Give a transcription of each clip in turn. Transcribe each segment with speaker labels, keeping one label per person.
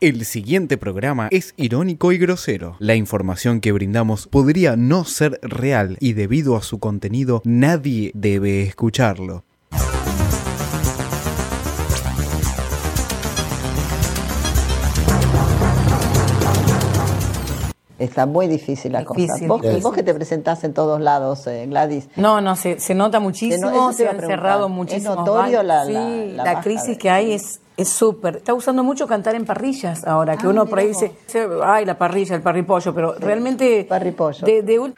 Speaker 1: El siguiente programa es irónico y grosero. La información que brindamos podría no ser real y debido a su contenido nadie debe escucharlo.
Speaker 2: Está muy difícil la cosa.
Speaker 3: Difícil.
Speaker 2: Vos,
Speaker 3: Sí.
Speaker 2: vos que te presentás en todos lados, eh, Gladys.
Speaker 3: No, no, se, se nota
Speaker 2: Se no- eso te
Speaker 3: muchísimo, se
Speaker 2: iba a
Speaker 3: han
Speaker 2: preguntar.
Speaker 3: cerrado
Speaker 2: Es
Speaker 3: muchísimos
Speaker 2: notorio
Speaker 3: bancos.
Speaker 2: la-
Speaker 3: Sí,
Speaker 2: la- la baja
Speaker 3: crisis
Speaker 2: de-
Speaker 3: que hay es es súper. Está usando mucho cantar en parrillas ahora, que
Speaker 2: Ah,
Speaker 3: uno por ahí
Speaker 2: mira
Speaker 3: dice, ay, la parrilla, el parripollo, pero realmente...
Speaker 2: parripollo.
Speaker 3: De, de ul-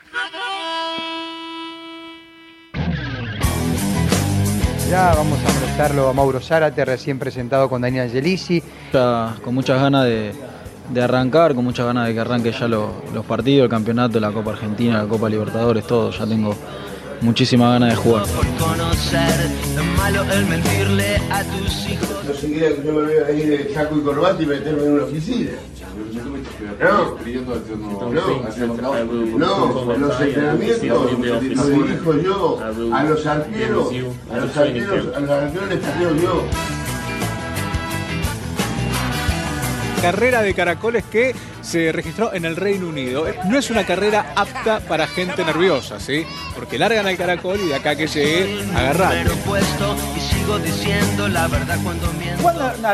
Speaker 4: Ya vamos a molestarlo a Mauro Zárate, recién presentado con Daniel Angelisi.
Speaker 5: Está con muchas ganas de, de arrancar, con muchas ganas de que arranque ya lo- los partidos, el campeonato, la Copa Argentina, la Copa Libertadores, todo. Ya tengo muchísimas ganas de jugar.
Speaker 6: No se diga que yo me voy a venir de saco y corbata y meterme en una oficina. No, no, no, los entrenamientos los dirijo yo, a los arqueros, a los arqueros, a los arqueros les creo yo.
Speaker 7: carrera de caracoles que se registró en el Reino Unido. No es una carrera apta para gente nerviosa, ¿sí? Porque largan al caracol y de acá que llegue, agarrar.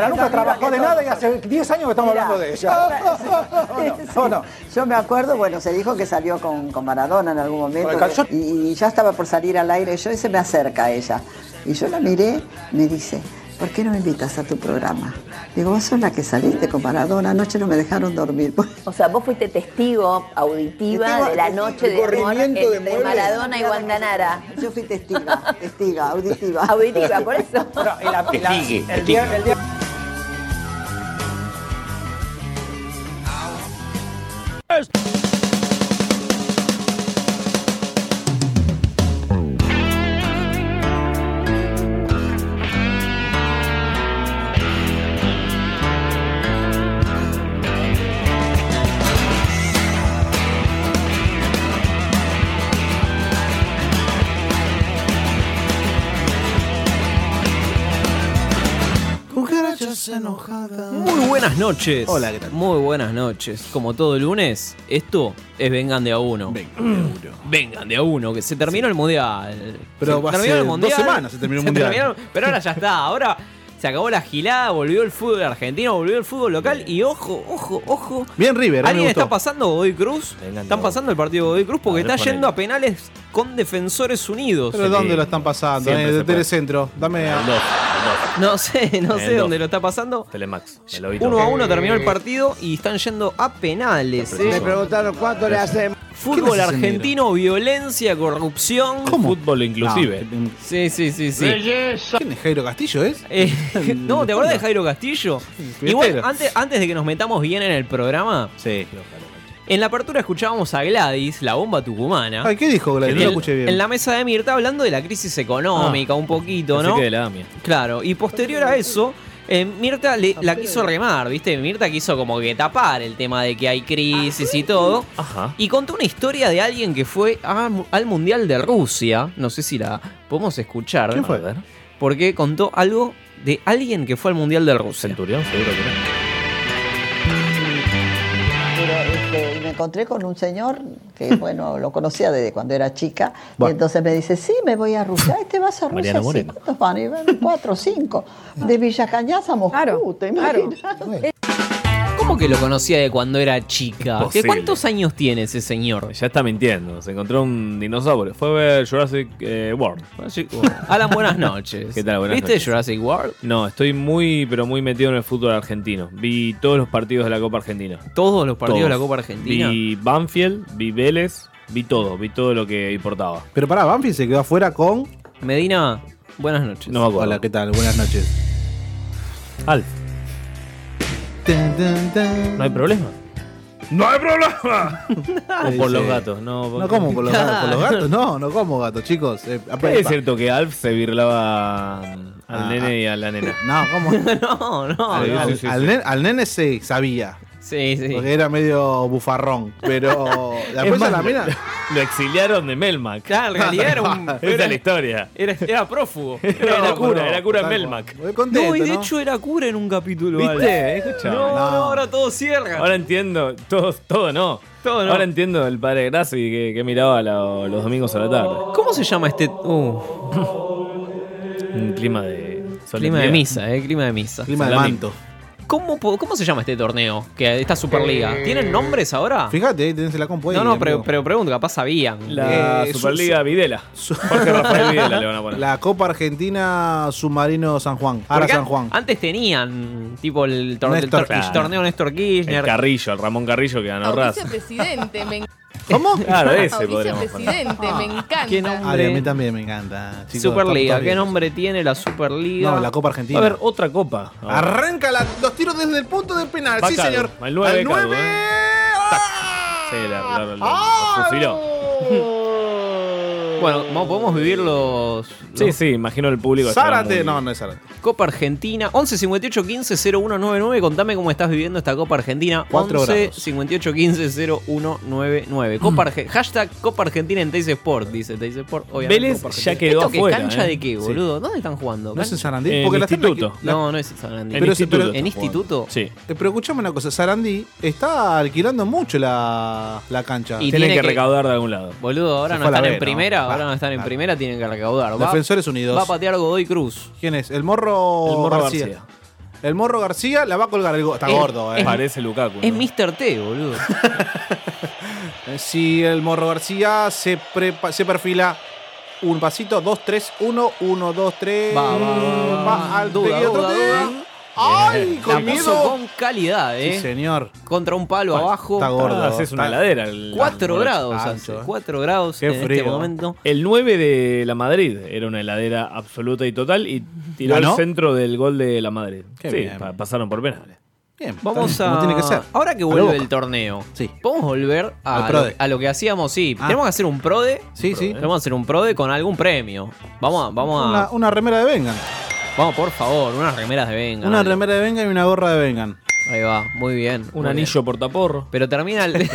Speaker 4: nunca trabajó de nada y hace 10 años que estamos hablando de ella. No, no.
Speaker 2: Yo me acuerdo, bueno, se dijo que salió con, con Maradona en algún momento.
Speaker 4: Con el calzón.
Speaker 2: Y, y ya estaba por salir al aire yo y se me acerca ella. Y yo la miré, me dice, ¿por qué no me invitas a tu programa? Digo, vos sos la que saliste con Maradona, anoche no me dejaron dormir.
Speaker 8: O sea, vos fuiste testigo auditiva
Speaker 2: Testigo-
Speaker 8: de la
Speaker 2: testigo-
Speaker 8: noche de amor
Speaker 4: corrimiento de
Speaker 8: entre
Speaker 4: muebles.
Speaker 8: Maradona y Guandanara.
Speaker 2: Yo fui testiga, testiga, auditiva.
Speaker 8: Auditiva, por eso.
Speaker 4: el día, el día
Speaker 9: Muy buenas noches. Hola, ¿qué tal? Muy buenas noches. Como todo lunes, esto es Vengan de a uno. Vengan de a uno. que se terminó el mundial.
Speaker 7: Pero
Speaker 9: se
Speaker 7: hace
Speaker 9: terminó el
Speaker 7: dos
Speaker 9: mundial.
Speaker 7: semanas se terminó el mundial.
Speaker 9: pero ahora ya está. Ahora se acabó la gilada, volvió el fútbol argentino, volvió el fútbol local. Y ojo, ojo, ojo.
Speaker 7: Bien River,
Speaker 9: ¿Alguien está pasando Godoy Cruz? Están pasando el partido de Godoy Cruz porque está yendo a penales con Defensores Unidos.
Speaker 7: ¿Pero dónde lo están pasando?
Speaker 10: Siempre
Speaker 7: Eh,
Speaker 10: se
Speaker 7: de
Speaker 10: puede.
Speaker 7: Telecentro. Dame a...
Speaker 9: No sé, no sé
Speaker 10: Eh,
Speaker 9: dónde
Speaker 10: no.
Speaker 9: lo está pasando.
Speaker 10: Telemax, me lo vi todo.
Speaker 9: Uno a uno terminó
Speaker 7: Eh,
Speaker 9: el partido y están yendo a penales. ¿eh?
Speaker 4: preguntaron cuánto le hacen.
Speaker 9: Fútbol argentino, violencia, corrupción.
Speaker 10: Fútbol inclusive.
Speaker 9: Sí, sí, sí, sí.
Speaker 7: ¿Quién es Jairo Castillo, es?
Speaker 9: Eh, no, ¿te acuerdas de Jairo Castillo?
Speaker 7: fiestero.
Speaker 9: Igual, antes, antes de que nos metamos bien en el programa,
Speaker 10: Sí.
Speaker 9: en la apertura escuchábamos a Gladys, la bomba tucumana.
Speaker 7: Ay, ¿qué dijo Gladys?
Speaker 9: en,
Speaker 7: No lo escuché bien. Ah,
Speaker 9: en la mesa de Mirta hablando de la crisis económica un poquito,
Speaker 10: Pensé
Speaker 9: ¿no?
Speaker 10: que de la Damia.
Speaker 9: Claro, y posterior a eso, eh, Mirta le- la quiso remar, ¿viste? Mirta quiso como que tapar el tema de que hay crisis y todo.
Speaker 10: Ajá.
Speaker 9: Y contó una historia de alguien que fue a- al Mundial de Rusia. No sé si la podemos escuchar.
Speaker 7: ¿Quién fue?
Speaker 9: A ver. Porque contó algo de alguien que fue al Mundial de Rusia.
Speaker 10: Centurión, seguro que no.
Speaker 2: Pero este, me encontré con un señor que, bueno, lo conocía desde cuando era chica.
Speaker 7: Bueno.
Speaker 2: Y entonces me dice, sí, me voy a Rusia. Ay, te vas a Rusia.
Speaker 10: Mariano
Speaker 2: Sí,
Speaker 10: Moreno.
Speaker 2: ¿Cuántos van? Y van cuatro, cinco. De Villa Cañas a Moscú,
Speaker 3: Claro,
Speaker 2: ¿te
Speaker 3: claro.
Speaker 2: imaginas?
Speaker 9: ¿Cómo que lo conocía de cuando era chica? ¿Que
Speaker 10: Imposible.
Speaker 9: ¿Cuántos años tiene ese señor?
Speaker 10: Ya está mintiendo. Se encontró un dinosaurio. Fue a ver Jurassic eh, World.
Speaker 9: Alan, buenas noches.
Speaker 10: ¿Qué tal? Buenas
Speaker 9: ¿Viste
Speaker 10: noches.
Speaker 9: Jurassic World?
Speaker 10: No, estoy muy, pero muy metido en el fútbol argentino. Vi todos los partidos de la Copa Argentina.
Speaker 9: Todos los partidos
Speaker 10: Todos.
Speaker 9: de la Copa Argentina.
Speaker 10: Vi Banfield, vi Vélez, vi todo, vi todo lo que importaba.
Speaker 7: Pero pará, Banfield se quedó afuera con...
Speaker 9: Medina, buenas noches.
Speaker 10: No me acuerdo.
Speaker 7: Hola, ¿qué tal? Buenas noches.
Speaker 10: Alf,
Speaker 7: Tan, tan, tan.
Speaker 10: ¿no hay problema? ¡No hay problema! o por los
Speaker 7: Sí.
Speaker 10: gatos, no. porque-
Speaker 7: No como por los gatos, por los gatos, no, no como gatos, chicos. Eh,
Speaker 10: Pero Es
Speaker 7: aprepa.
Speaker 10: cierto que Alf se virlaba mm, al
Speaker 7: Ah,
Speaker 10: nene y a la nena.
Speaker 7: No, como
Speaker 9: No, no.
Speaker 7: al,
Speaker 10: sí,
Speaker 7: al-
Speaker 10: sí,
Speaker 7: al
Speaker 10: sí.
Speaker 7: nen- al nene se sabía.
Speaker 9: Sí, sí.
Speaker 7: Porque era medio bufarrón. Pero la
Speaker 10: Es
Speaker 7: presa
Speaker 10: más,
Speaker 7: de la mina.
Speaker 10: Lo exiliaron de Melmac.
Speaker 9: en realidad era un-
Speaker 10: Esa
Speaker 9: era-
Speaker 10: es la historia.
Speaker 9: Era, era prófugo.
Speaker 10: Era,
Speaker 9: No,
Speaker 10: cura,
Speaker 9: no,
Speaker 10: era cura en
Speaker 9: tal
Speaker 10: Melmac.
Speaker 9: cual. no, y de hecho era cura en un capítulo.
Speaker 10: ¿Viste?
Speaker 9: Ale.
Speaker 10: Escuchá.
Speaker 9: No, no,
Speaker 10: No.
Speaker 9: ahora todo cierra.
Speaker 10: Ahora entiendo, todo, todo no.
Speaker 9: Todo no.
Speaker 10: Ahora entiendo el padre Grassi que, que miraba la- los domingos a la tarde.
Speaker 9: ¿Cómo se llama este? Uh,
Speaker 10: Un clima de.
Speaker 9: clima de misa, eh, clima de misa.
Speaker 10: Clima de Salami. manto.
Speaker 9: ¿Cómo, po- ¿Cómo se llama este torneo? Que esta Superliga.
Speaker 7: Eh,
Speaker 9: ¿Tienen nombres ahora?
Speaker 7: Fíjate, ahí tenés la compu ahí,
Speaker 9: no, no, pero,
Speaker 7: amigo.
Speaker 9: pero pregunto, capaz sabían.
Speaker 7: La Eh, Superliga su-
Speaker 10: Videla.
Speaker 7: Jorge
Speaker 10: Rafael Videla le van a poner.
Speaker 7: La Copa Argentina Submarino San Juan. Ahora
Speaker 9: Porque
Speaker 7: San
Speaker 9: an-
Speaker 7: Juan.
Speaker 9: Antes tenían, tipo, el, tor- el
Speaker 10: Néstor
Speaker 9: tor-
Speaker 10: Kirchner.
Speaker 9: torneo Néstor Kirchner.
Speaker 10: El Carrillo, el Ramón Carrillo que ganó Raz.
Speaker 3: Vicepresidente, me encanta.
Speaker 7: ¿Cómo?
Speaker 10: Claro, ese podríamos poner.
Speaker 3: Vicepresidente, me encanta.
Speaker 9: Ah. ¿Qué nombre?
Speaker 7: Ah, a mí también me encanta. chicos,
Speaker 9: Superliga,
Speaker 7: estamos
Speaker 9: ¿qué
Speaker 7: todos
Speaker 9: nombre tiene la Superliga?
Speaker 7: No, la Copa Argentina.
Speaker 10: A ver, otra copa.
Speaker 7: Arranca la- los tiros desde el punto del penal.
Speaker 10: Va
Speaker 7: sí,
Speaker 10: Cadu,
Speaker 7: señor.
Speaker 10: Al 9.
Speaker 7: Al nueve.
Speaker 10: Sí, la, la, la- la-
Speaker 7: ¡Ah!
Speaker 10: fusiló.
Speaker 9: Bueno, mo- podemos vivir los.
Speaker 10: Sí, sí, imagino el público. estará muy-
Speaker 7: es Zárate.
Speaker 9: Copa Argentina, 11 58 15 0199. Contame cómo estás viviendo esta Copa Argentina.
Speaker 7: Cuatro
Speaker 9: 11
Speaker 7: grados.
Speaker 9: 58 15 0199.
Speaker 10: Mm.
Speaker 9: Copa Arge- hashtag Copa Argentina en Teis Sport, dice Teis Sport. Obviamente,
Speaker 10: Vélez
Speaker 9: Copa
Speaker 10: ya
Speaker 9: Argentina.
Speaker 10: quedó
Speaker 9: ¿Esto qué,
Speaker 10: afuera,
Speaker 9: cancha
Speaker 10: eh?
Speaker 9: de qué,
Speaker 10: Sí.
Speaker 9: boludo? ¿Dónde están jugando?
Speaker 7: No es en
Speaker 9: Cancha-
Speaker 7: Sarandí, porque la están aquí- la-
Speaker 9: No, no es en Sarandí.
Speaker 7: Pero se- pero-
Speaker 9: ¿En instituto?
Speaker 10: Sí.
Speaker 7: Eh, pero escuchame una cosa, Sarandí está alquilando mucho la, la cancha.
Speaker 9: Y Tienen tiene que que-
Speaker 10: recaudar de algún lado.
Speaker 9: Boludo, ahora
Speaker 7: Ah. Se
Speaker 9: no
Speaker 7: fue a la
Speaker 9: están
Speaker 7: B,
Speaker 9: en
Speaker 7: ¿no?
Speaker 9: primera,
Speaker 7: Va,
Speaker 9: ahora no están en
Speaker 7: claro.
Speaker 9: primera, tienen que recaudar. Va-
Speaker 7: Defensores Unidos.
Speaker 9: Va a patear Godoy Cruz.
Speaker 7: ¿Quién es? El morro,
Speaker 9: El Morro
Speaker 7: García.
Speaker 9: García.
Speaker 7: El morro García la va a colgar. el go- Está
Speaker 9: Es-
Speaker 7: gordo, eh.
Speaker 9: es- Parece
Speaker 10: Lukaku.
Speaker 9: Es Mr. T, boludo.
Speaker 7: Eh, Si el morro García se, prepa- se perfila un pasito, 2, 3, 1, 1, 2, 3.
Speaker 9: Va, va, va, va.
Speaker 7: al
Speaker 9: Duda,
Speaker 7: pequeño
Speaker 9: duda,
Speaker 7: trote.
Speaker 9: duda.
Speaker 7: ¡Ay!
Speaker 9: La
Speaker 7: Con
Speaker 9: puso
Speaker 7: miedo.
Speaker 9: con calidad, eh.
Speaker 7: Sí, señor.
Speaker 9: Contra un palo
Speaker 7: Bueno,
Speaker 9: abajo.
Speaker 7: está gordo.
Speaker 10: Ah, es
Speaker 7: Está-
Speaker 10: una
Speaker 7: eh.
Speaker 10: heladera. el-
Speaker 9: 4
Speaker 10: el-
Speaker 9: grados
Speaker 10: Ah,
Speaker 9: hace, 4 grados
Speaker 10: Qué
Speaker 9: en este
Speaker 10: frío.
Speaker 9: momento.
Speaker 10: El 9 de la Madrid era una heladera absoluta y total y tiró al
Speaker 9: ¿Ganó?
Speaker 10: centro del gol de la Madrid.
Speaker 9: Qué
Speaker 10: sí,
Speaker 9: bien.
Speaker 10: pa- pasaron por penales.
Speaker 7: Bien,
Speaker 9: Vamos
Speaker 7: está
Speaker 9: a.
Speaker 7: bien, como tiene que ser.
Speaker 9: Ahora que
Speaker 7: A la
Speaker 9: vuelve
Speaker 7: Boca.
Speaker 9: el torneo,
Speaker 7: Sí.
Speaker 9: podemos volver a,
Speaker 7: Al
Speaker 9: lo,
Speaker 7: prode.
Speaker 9: a lo que hacíamos. Sí,
Speaker 7: Ah.
Speaker 9: tenemos que hacer un prode.
Speaker 7: Sí, sí.
Speaker 9: Tenemos que hacer un prode con algún premio. Vamos a. Vamos, a,
Speaker 7: Una, una remera de Vengan.
Speaker 9: vamos por favor, unas remeras de venga.
Speaker 7: Una remera de Vengan y una gorra de Vengan.
Speaker 9: Ahí va, muy bien.
Speaker 10: Un
Speaker 9: muy
Speaker 10: anillo portaporro.
Speaker 9: Pero termina el,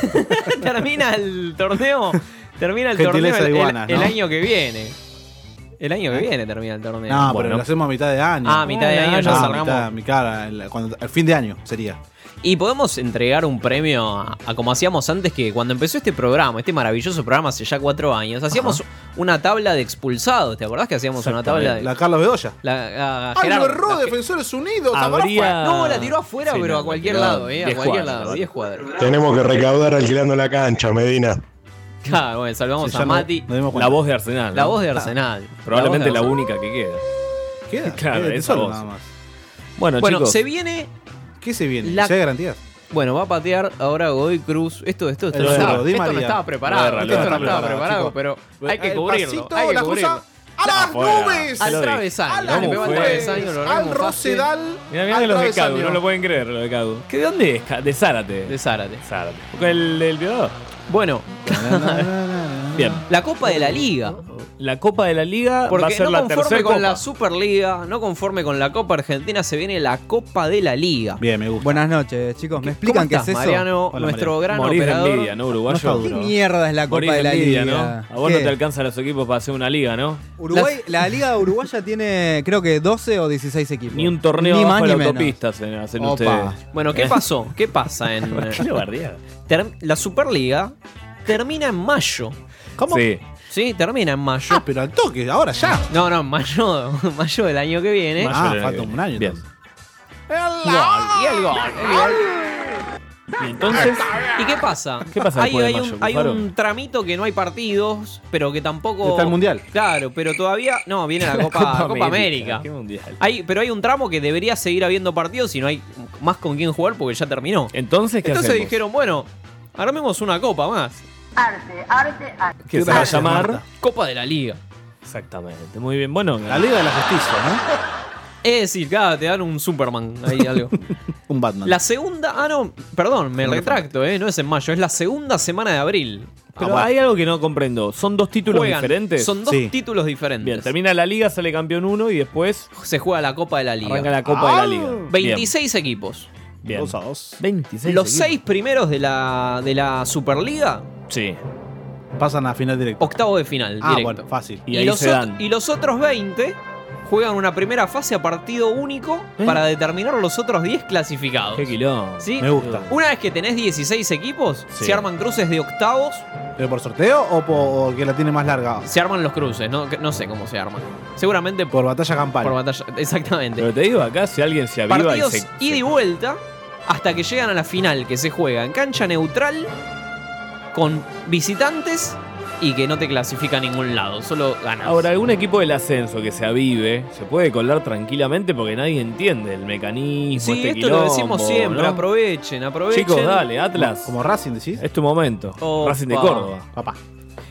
Speaker 9: termina el torneo. Termina el torneo
Speaker 7: Gentileza
Speaker 9: el,
Speaker 7: de iguanas,
Speaker 9: el- el
Speaker 7: ¿no? ¿Eh?
Speaker 9: año que viene. El año que viene termina el torneo.
Speaker 7: No,
Speaker 9: Eh, Bueno.
Speaker 7: pero lo hacemos a mitad de año.
Speaker 9: Ah, a mitad de año ya
Speaker 7: Ah,
Speaker 9: salgamos.
Speaker 7: mitad, mi cara, el, cuando- el fin de año sería.
Speaker 9: Y podemos entregar un premio a, a como hacíamos antes, que cuando empezó este programa, este maravilloso programa hace ya cuatro años, hacíamos una tabla de expulsados. ¿Te acordás que hacíamos una tabla de.
Speaker 7: La Carlos Bedoya.
Speaker 9: la- a
Speaker 7: ¡Ay, lo
Speaker 9: Ah, Gerardo?
Speaker 7: erró Defensores Unidos! abajo
Speaker 10: Habría-
Speaker 7: afuera.
Speaker 9: No, la tiró afuera,
Speaker 10: Sí,
Speaker 9: pero
Speaker 10: no,
Speaker 9: a
Speaker 10: la
Speaker 9: cualquier
Speaker 10: tiró
Speaker 9: lado, ¿eh? A
Speaker 10: diez
Speaker 9: cualquier
Speaker 10: cuadras,
Speaker 9: lado,
Speaker 10: la
Speaker 9: 10 cuadros.
Speaker 11: Tenemos que recaudar alquilando la cancha, Medina.
Speaker 9: Claro, bueno, salvamos
Speaker 7: Sí,
Speaker 9: a
Speaker 7: ya no-
Speaker 9: Mati.
Speaker 7: nos dimos cuenta.
Speaker 10: La voz de Arsenal.
Speaker 9: La
Speaker 10: ¿no?
Speaker 9: voz de Arsenal.
Speaker 10: Probablemente Ah, la,
Speaker 9: voz de
Speaker 10: única que queda.
Speaker 7: Queda,
Speaker 10: Claro,
Speaker 7: queda
Speaker 10: esa
Speaker 7: solo
Speaker 10: voz.
Speaker 7: nada más.
Speaker 10: Bueno,
Speaker 9: Bueno,
Speaker 10: chicos.
Speaker 9: se viene.
Speaker 7: ¿Qué se viene?
Speaker 9: La-
Speaker 7: ¿Se hay garantías?
Speaker 9: Bueno, va a patear ahora Godoy Cruz. Esto, esto, esto,
Speaker 7: El
Speaker 9: no,
Speaker 7: cerro,
Speaker 9: estaba,
Speaker 7: Di
Speaker 9: esto no
Speaker 7: María.
Speaker 9: estaba preparado.
Speaker 10: Lo erra, lo
Speaker 9: esto no
Speaker 10: erra,
Speaker 9: estaba
Speaker 10: lo erra,
Speaker 9: preparado,
Speaker 7: chicos.
Speaker 9: pero hay que
Speaker 7: El
Speaker 9: cubrirlo.
Speaker 7: pasito,
Speaker 9: hay que
Speaker 7: la
Speaker 9: cubrirlo.
Speaker 7: cruza a las
Speaker 10: Afuera.
Speaker 7: nubes.
Speaker 9: Al
Speaker 10: Se lo dije.
Speaker 7: A
Speaker 9: travesaño.
Speaker 7: las
Speaker 9: Le pegó al
Speaker 10: fue?
Speaker 9: travesaño, lo
Speaker 7: al
Speaker 9: remontaste.
Speaker 7: Rosedal.
Speaker 10: Mira, mira
Speaker 7: al
Speaker 10: que los de
Speaker 7: travesaño.
Speaker 10: Cadu, no lo pueden creer, los de Cadu. ¿Qué, ¿De dónde es? Ca- De Zárate.
Speaker 9: De Zárate.
Speaker 10: Zárate. Porque el, el violador.
Speaker 9: Bueno,
Speaker 10: Bien.
Speaker 9: la Copa de la Liga.
Speaker 10: La Copa de la Liga va a
Speaker 9: Porque
Speaker 10: ser
Speaker 9: no
Speaker 10: la
Speaker 9: conforme
Speaker 10: tercera
Speaker 9: con
Speaker 10: copa.
Speaker 9: la Superliga, no conforme con la Copa Argentina, se viene la Copa de la Liga.
Speaker 7: Bien, me gusta.
Speaker 12: Buenas noches, chicos. ¿Me explican
Speaker 9: ¿Cómo
Speaker 12: qué
Speaker 9: estás,
Speaker 12: es eso?
Speaker 9: Mariano? nuestro gran
Speaker 10: Morís de
Speaker 9: operador.
Speaker 10: envidia, ¿no, uruguayo?
Speaker 12: ¿Qué mierda es la Copa
Speaker 10: Morís
Speaker 12: de la
Speaker 10: envidia,
Speaker 12: Liga?
Speaker 10: ¿no? A vos no
Speaker 12: ¿Qué?
Speaker 10: te alcanzan los equipos para hacer una liga, ¿no?
Speaker 12: Uruguay, la Liga Uruguaya tiene, creo que 12 o 16 equipos.
Speaker 10: Ni un torneo
Speaker 12: Ni más
Speaker 10: bajo
Speaker 12: ni
Speaker 10: la
Speaker 12: menos.
Speaker 10: autopista hacen, hacen
Speaker 12: Opa.
Speaker 10: ustedes.
Speaker 9: Bueno,
Speaker 7: Eh.
Speaker 9: ¿qué pasó? ¿Qué pasa en eh,
Speaker 10: ¿Por qué lo bardeás?
Speaker 9: Term- la Superliga termina en mayo?
Speaker 7: ¿Cómo?
Speaker 10: Sí.
Speaker 9: Sí, termina en mayo.
Speaker 7: Ah, pero al toque, ahora ya.
Speaker 9: No, no, en mayo, mayo del año que viene.
Speaker 10: Mayo
Speaker 7: Ah,
Speaker 10: del año
Speaker 7: falta
Speaker 10: que viene.
Speaker 7: un año.
Speaker 10: Bien.
Speaker 7: entonces.
Speaker 9: Gol, y el gol. el gol.
Speaker 10: Y entonces,
Speaker 9: ¿Y qué pasa?
Speaker 10: ¿Qué pasa
Speaker 9: hay,
Speaker 10: después de
Speaker 9: hay
Speaker 10: mayo,
Speaker 9: un, hay
Speaker 10: Cufaro?
Speaker 9: un tramito que no hay partidos, pero que tampoco.
Speaker 7: Está el Mundial.
Speaker 9: Claro, pero todavía. No, viene la, Copa, Copa América.
Speaker 10: Qué mundial.
Speaker 9: Hay, pero hay un tramo que debería seguir habiendo partidos y no hay más con quién jugar porque ya terminó.
Speaker 10: Entonces, ¿qué
Speaker 9: Entonces
Speaker 10: hacemos?
Speaker 9: dijeron, bueno, armemos una copa más.
Speaker 13: Arte, arte, arte.
Speaker 10: que se va a llamar.
Speaker 9: Copa de la Liga.
Speaker 10: Exactamente. Muy bien. Bueno,
Speaker 7: La Liga de la Justicia,
Speaker 9: Es decir, claro, te dan un Superman, ahí algo.
Speaker 7: ¿no? Un Batman.
Speaker 9: La segunda, ah no, perdón, me retracto, eh, no es en mayo, es la segunda semana de abril.
Speaker 10: Pero hay algo que no comprendo. ¿Son dos títulos
Speaker 9: Juegan,
Speaker 10: diferentes?
Speaker 9: Son dos
Speaker 7: Ah, Sí.
Speaker 9: títulos diferentes.
Speaker 10: Bien, termina la liga, sale campeón uno y después
Speaker 9: Se juega la Copa de la Liga.
Speaker 7: Ah.
Speaker 10: arranca la Copa de la Liga. Bien.
Speaker 9: 26 equipos.
Speaker 10: Bien. Bien.
Speaker 7: 2 a 2.
Speaker 9: 26 Los
Speaker 7: seguimos.
Speaker 9: seis primeros de la, de la Superliga.
Speaker 10: Sí.
Speaker 7: Pasan a final directo.
Speaker 9: Octavo de final.
Speaker 7: Ah,
Speaker 9: directo.
Speaker 7: bueno, fácil.
Speaker 9: Y, los ot- y los otros 20 juegan una primera fase a partido único para determinar los otros 10 clasificados.
Speaker 10: Qué quilombo.
Speaker 9: ¿Sí? Uh,
Speaker 7: Me gusta.
Speaker 9: Una vez que tenés 16 equipos,
Speaker 7: Sí.
Speaker 9: se arman cruces de octavos,
Speaker 7: ¿Pero por sorteo o, por, o que la tiene más larga?
Speaker 9: se arman los cruces, no, Que- no sé cómo se arman. Seguramente
Speaker 7: Por batalla campal.
Speaker 9: por batalla, exactamente.
Speaker 10: Pero te digo acá, si alguien se aviva
Speaker 9: Partidos
Speaker 10: y se.
Speaker 9: ida y vuelta hasta que llegan a la final que se juega en cancha neutral con visitantes y que no te clasifica a ningún lado, solo ganas.
Speaker 10: Ahora, algún equipo del ascenso que se avive se puede colar tranquilamente porque nadie entiende el mecanismo.
Speaker 9: Sí,
Speaker 10: este
Speaker 9: esto lo
Speaker 10: quilombo,
Speaker 9: decimos siempre,
Speaker 10: ¿no?
Speaker 9: aprovechen, aprovechen.
Speaker 10: Chicos, dale, Atlas.
Speaker 7: Como Racing decís.
Speaker 10: Es tu momento.
Speaker 9: Opa.
Speaker 10: Racing de Córdoba.
Speaker 7: Papá.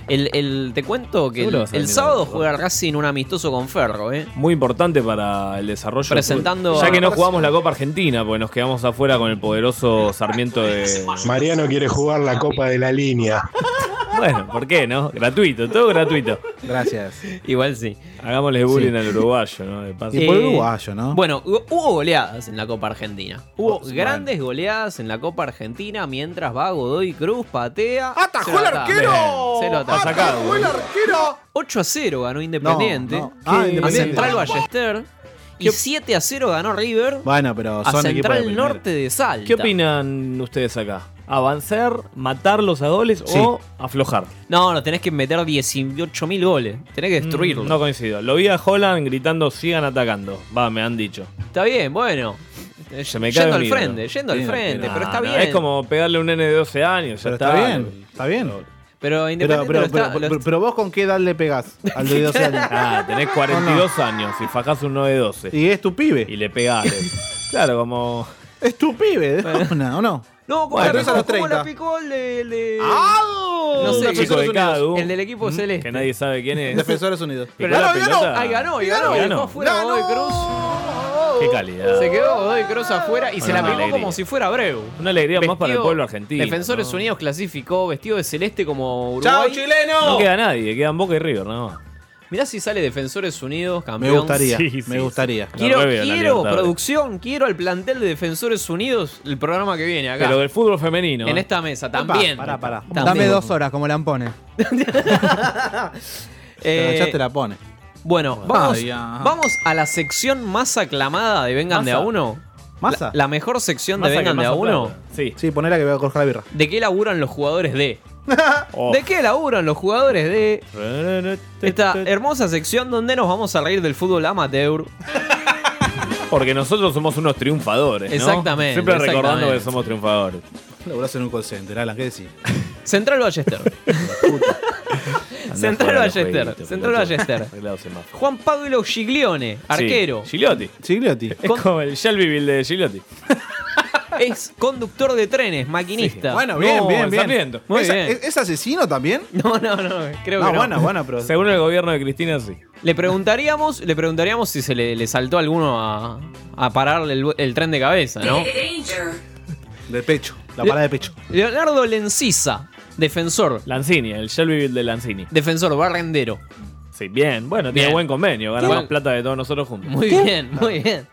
Speaker 9: El, el- te cuento que el,
Speaker 10: Seguro vas a
Speaker 9: el
Speaker 10: venir
Speaker 9: sábado
Speaker 10: hoy.
Speaker 9: juega Racing un amistoso con Ferro, ¿eh?
Speaker 10: Muy importante para el desarrollo. del
Speaker 9: Presentando
Speaker 10: fútbol. Ya
Speaker 9: a-
Speaker 10: que no jugamos la Copa Argentina, porque nos quedamos afuera con el poderoso Sarmiento de.
Speaker 11: Mariano quiere jugar la Copa de la Línea.
Speaker 10: Bueno, ¿por qué no? Gratuito, todo gratuito.
Speaker 7: Gracias.
Speaker 9: Igual sí.
Speaker 10: Hagámosle bullying
Speaker 9: Sí.
Speaker 10: al uruguayo, ¿no? De paso.
Speaker 7: Y por uruguayo, ¿no?
Speaker 9: Bueno, hu- hubo goleadas en la Copa Argentina. Hubo
Speaker 7: Oh, sí,
Speaker 9: grandes goleadas en la Copa Argentina mientras va Godoy Cruz, patea.
Speaker 7: ¡Atajó
Speaker 9: se lo
Speaker 7: el
Speaker 9: ataca.
Speaker 7: arquero!
Speaker 9: Bien, Se lo ataca.
Speaker 10: Está sacado,
Speaker 7: ¡Fue el arquero!
Speaker 9: 8 a 0 ganó Independiente.
Speaker 7: No, no.
Speaker 9: Que-
Speaker 7: Ah,
Speaker 9: a
Speaker 7: Independiente.
Speaker 9: Central Ballester. Y 7 a 0 ganó River.
Speaker 7: Bueno, pero
Speaker 9: a
Speaker 7: son equipos de
Speaker 9: Central
Speaker 7: primera.
Speaker 9: Norte de Salta.
Speaker 10: ¿Qué opinan ustedes acá? ¿Avanzar, matarlos a goles o aflojar?
Speaker 9: No, no, tenés que meter 18.000 goles. Tenés que destruirlo.
Speaker 10: Mm, No coincido. Lo vi a Holland gritando, sigan atacando. Va, me han dicho.
Speaker 9: Está bien, bueno.
Speaker 10: Se me
Speaker 9: yendo
Speaker 10: cae
Speaker 9: al
Speaker 10: mi ídolo.
Speaker 9: frente, yendo al
Speaker 7: Bien,
Speaker 9: frente,
Speaker 10: No,
Speaker 9: pero está
Speaker 10: no,
Speaker 9: bien.
Speaker 10: Es como pegarle a un nene de 12 años. ya
Speaker 7: Pero está bien, está bien.
Speaker 9: Pero
Speaker 7: Pero,
Speaker 9: Independiente
Speaker 7: pero,
Speaker 9: lo
Speaker 7: pero,
Speaker 9: está-
Speaker 7: pero-
Speaker 9: lo-
Speaker 7: pero vos con qué edad le pegás al de 12 años.
Speaker 10: Ah, tenés 42 años y fajás un 9 de 12.
Speaker 7: Y es tu pibe.
Speaker 10: Y le pegás. claro, como.
Speaker 7: Es tu pibe, de una, ¿o no?
Speaker 9: No, como
Speaker 7: Bueno,
Speaker 9: la,
Speaker 7: empieza a
Speaker 9: picó,
Speaker 7: los
Speaker 9: como la
Speaker 7: 30.
Speaker 9: picó el de. el de-
Speaker 7: No
Speaker 9: No sé,
Speaker 10: Un chico de cada uno, Mm,
Speaker 9: el del equipo celeste.
Speaker 10: Que nadie sabe quién es.
Speaker 7: Defensores Unidos.
Speaker 10: Picó
Speaker 9: Pero ganó,
Speaker 10: la pelota.
Speaker 9: Ahí ganó, y ganó. y
Speaker 10: Ganó.
Speaker 9: dejó fuera a Godoy Cruz.
Speaker 10: Qué calidad.
Speaker 9: Se quedó Godoy Cruz afuera y se la
Speaker 10: una
Speaker 9: pegó
Speaker 10: alegría.
Speaker 9: como si fuera Breu.
Speaker 10: Una alegría
Speaker 9: Vestido-
Speaker 10: más para el pueblo argentino.
Speaker 9: Defensores
Speaker 10: ¿no?
Speaker 9: Unidos clasificó vestido de celeste como Uruguay.
Speaker 7: ¡Chao, chileno!
Speaker 10: No queda nadie, quedan Boca y River, nada más.
Speaker 9: Mirá si sale Defensores Unidos,
Speaker 7: Me
Speaker 9: campeón.
Speaker 7: gustaría,
Speaker 10: Sí, sí,
Speaker 7: me gustaría.
Speaker 10: sí.
Speaker 9: Quiero,
Speaker 10: La revia, la
Speaker 9: quiero
Speaker 10: Libertadores.
Speaker 9: producción, quiero al plantel de Defensores Unidos el programa que viene acá.
Speaker 10: Pero del fútbol femenino.
Speaker 9: en
Speaker 10: ¿eh?
Speaker 9: esta mesa también.
Speaker 7: pará, pará.
Speaker 9: También.
Speaker 12: Dame dos horas, como Lampone.
Speaker 7: Pero
Speaker 9: Eh,
Speaker 7: ya te la pone.
Speaker 9: Bueno, vamos,
Speaker 7: Ay, ajá.
Speaker 9: vamos a la sección más aclamada de Vengan de a
Speaker 10: Masa.
Speaker 9: uno.
Speaker 7: ¿Masa?
Speaker 9: La, la mejor sección
Speaker 10: Más
Speaker 9: de Vengan
Speaker 10: saca,
Speaker 9: de a
Speaker 10: más
Speaker 9: uno.
Speaker 10: aplauda. Sí.
Speaker 7: Sí, ponela que voy a coger la birra.
Speaker 9: ¿De qué laburan los jugadores de?
Speaker 10: Oh.
Speaker 9: ¿De qué laburan los jugadores de esta hermosa sección donde nos vamos a reír del fútbol amateur?
Speaker 10: Porque nosotros somos unos triunfadores. ¿no?
Speaker 9: Exactamente,
Speaker 10: Siempre recordando
Speaker 9: exactamente.
Speaker 10: que somos triunfadores.
Speaker 7: Laburás en un call center, Alan, ¿qué decís?
Speaker 9: Central Ballester. Central
Speaker 10: Andá a jugar a los
Speaker 9: Ballester,
Speaker 10: jueguitos,
Speaker 9: Central
Speaker 10: pelotudo.
Speaker 9: Ballester.
Speaker 10: Arreglado ese mapa.
Speaker 9: Juan Pablo Giglione, arquero.
Speaker 10: Sí, Gigliotti.
Speaker 7: Chigliotti.
Speaker 10: Es como el Shelbyville de Gigliotti.
Speaker 9: Es conductor de trenes, maquinista.
Speaker 7: Bueno, bien,
Speaker 10: No,
Speaker 7: bien,
Speaker 10: el
Speaker 7: bien.
Speaker 10: Sarmiento.
Speaker 9: Muy
Speaker 7: ¿Es,
Speaker 9: bien.
Speaker 7: es- es asesino también?
Speaker 9: No, no, no, creo
Speaker 7: No,
Speaker 9: que no.
Speaker 7: bueno, bueno, pero.
Speaker 10: Según el gobierno de Cristina, sí.
Speaker 9: Le preguntaríamos, le preguntaríamos si se le, le saltó alguno a, a pararle el, el tren de cabeza, ¿no?
Speaker 7: De pecho, la parada de pecho.
Speaker 9: Leonardo Lencisa, defensor.
Speaker 10: Lanzini, el Shelbyville de Lanzini.
Speaker 9: Defensor barrendero.
Speaker 10: Sí, bien. Bueno,
Speaker 9: Bien.
Speaker 10: tiene buen convenio. Gana
Speaker 9: Tiene-
Speaker 10: más plata de todos nosotros juntos.
Speaker 9: Muy bien, muy bien.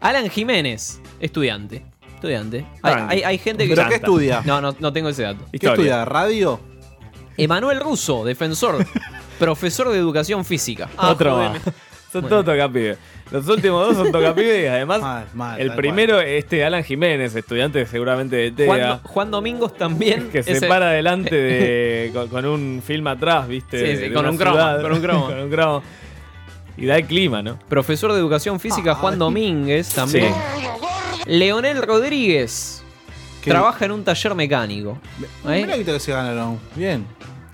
Speaker 9: Alan Jiménez, estudiante. Estudiante. Hay,
Speaker 10: Tranqui.
Speaker 9: hay- hay gente que.
Speaker 7: ¿Pero qué estudia?
Speaker 9: No, no, no tengo ese dato.
Speaker 7: ¿Qué
Speaker 10: Historia.
Speaker 7: estudia? ¿Radio?
Speaker 9: Emanuel Russo, defensor. profesor de educación física.
Speaker 10: Ah, Otro más. Son todos tocapibes. Los últimos dos son tocapibes y además
Speaker 7: Mal, mal,
Speaker 10: el
Speaker 7: tal
Speaker 10: primero, este Alan Jiménez, estudiante seguramente de TEA.
Speaker 9: Juan, Juan Domingos también.
Speaker 10: Que se
Speaker 9: es el-
Speaker 10: para adelante de, con, con un film atrás, ¿viste?
Speaker 9: Sí, sí,
Speaker 10: este, De
Speaker 9: con
Speaker 10: una
Speaker 9: un croma,
Speaker 10: ciudad.
Speaker 9: con un croma.
Speaker 10: con un croma. Y da el clima, ¿no?
Speaker 9: Profesor de educación física
Speaker 7: Ah.
Speaker 9: Juan Domínguez también. Leonel Rodríguez.
Speaker 7: ¿Qué?
Speaker 9: Trabaja en un taller mecánico. ¿Eh?
Speaker 7: Mira que se ganaron. Bien.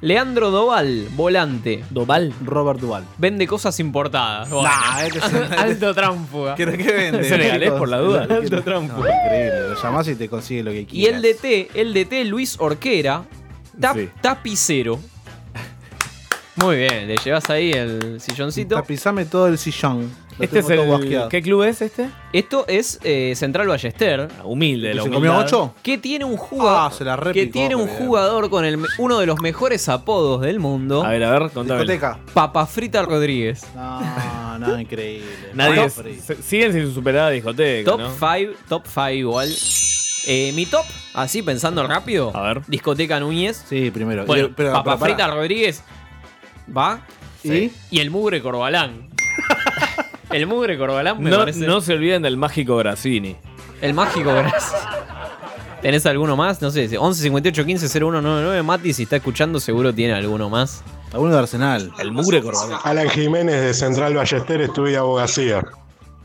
Speaker 9: Leandro Doval, volante.
Speaker 10: Doval.
Speaker 7: Robert Duval.
Speaker 9: Vende cosas importadas. Bueno.
Speaker 7: Nah, este es un-
Speaker 9: Alto tránfuga.
Speaker 7: ¿Qué, qué vende?
Speaker 10: Senegalés, por la duda.
Speaker 7: No, increíble. Lo llamás y te consigue lo que
Speaker 9: Y el
Speaker 7: quieras.
Speaker 9: DT, el DT Luis Orquera, tap-
Speaker 10: Sí.
Speaker 9: tapicero. Muy bien, le llevas ahí el silloncito.
Speaker 7: Tapizame todo el sillón. Lo
Speaker 10: Este es
Speaker 7: tengo todo
Speaker 10: el.
Speaker 7: guasqueado.
Speaker 10: ¿Qué club es este?
Speaker 9: Esto es eh, Central Ballester.
Speaker 10: Ah, Humilde, la
Speaker 7: ¿Se
Speaker 10: humildad.
Speaker 7: comió 8?
Speaker 9: Que tiene un jugador.
Speaker 7: Ah, se la repicó,
Speaker 9: que tiene un
Speaker 7: bien.
Speaker 9: jugador con el, me- uno de los mejores apodos del mundo.
Speaker 10: A ver, a ver, contame.
Speaker 7: Discoteca.
Speaker 9: Papa Frita Rodríguez.
Speaker 7: No, no, increíble. Bueno,
Speaker 10: Nadie. es- se- siguen sin superar la discoteca,
Speaker 9: Top
Speaker 10: ¿no?
Speaker 9: 5, top 5 igual. Eh, mi top, así pensando rápido. A ver. Discoteca Núñez.
Speaker 7: Sí, primero.
Speaker 9: Bueno,
Speaker 7: Pero- pero-
Speaker 9: Papa
Speaker 7: pero pará.
Speaker 9: Frita Rodríguez va.
Speaker 7: Sí.
Speaker 9: Y el mugre Corbalán. el mugre Corbalán me
Speaker 10: No,
Speaker 9: parece.
Speaker 10: no se olviden del mágico Grassini.
Speaker 9: El mágico gracias. ¿Tenés alguno más? No sé, 11 58 15 0199. Mati, si está escuchando, seguro tiene alguno más.
Speaker 7: Alguno de Arsenal.
Speaker 9: El mugre Corbalán.
Speaker 11: Alan Jiménez de Central Ballester estudia abogacía.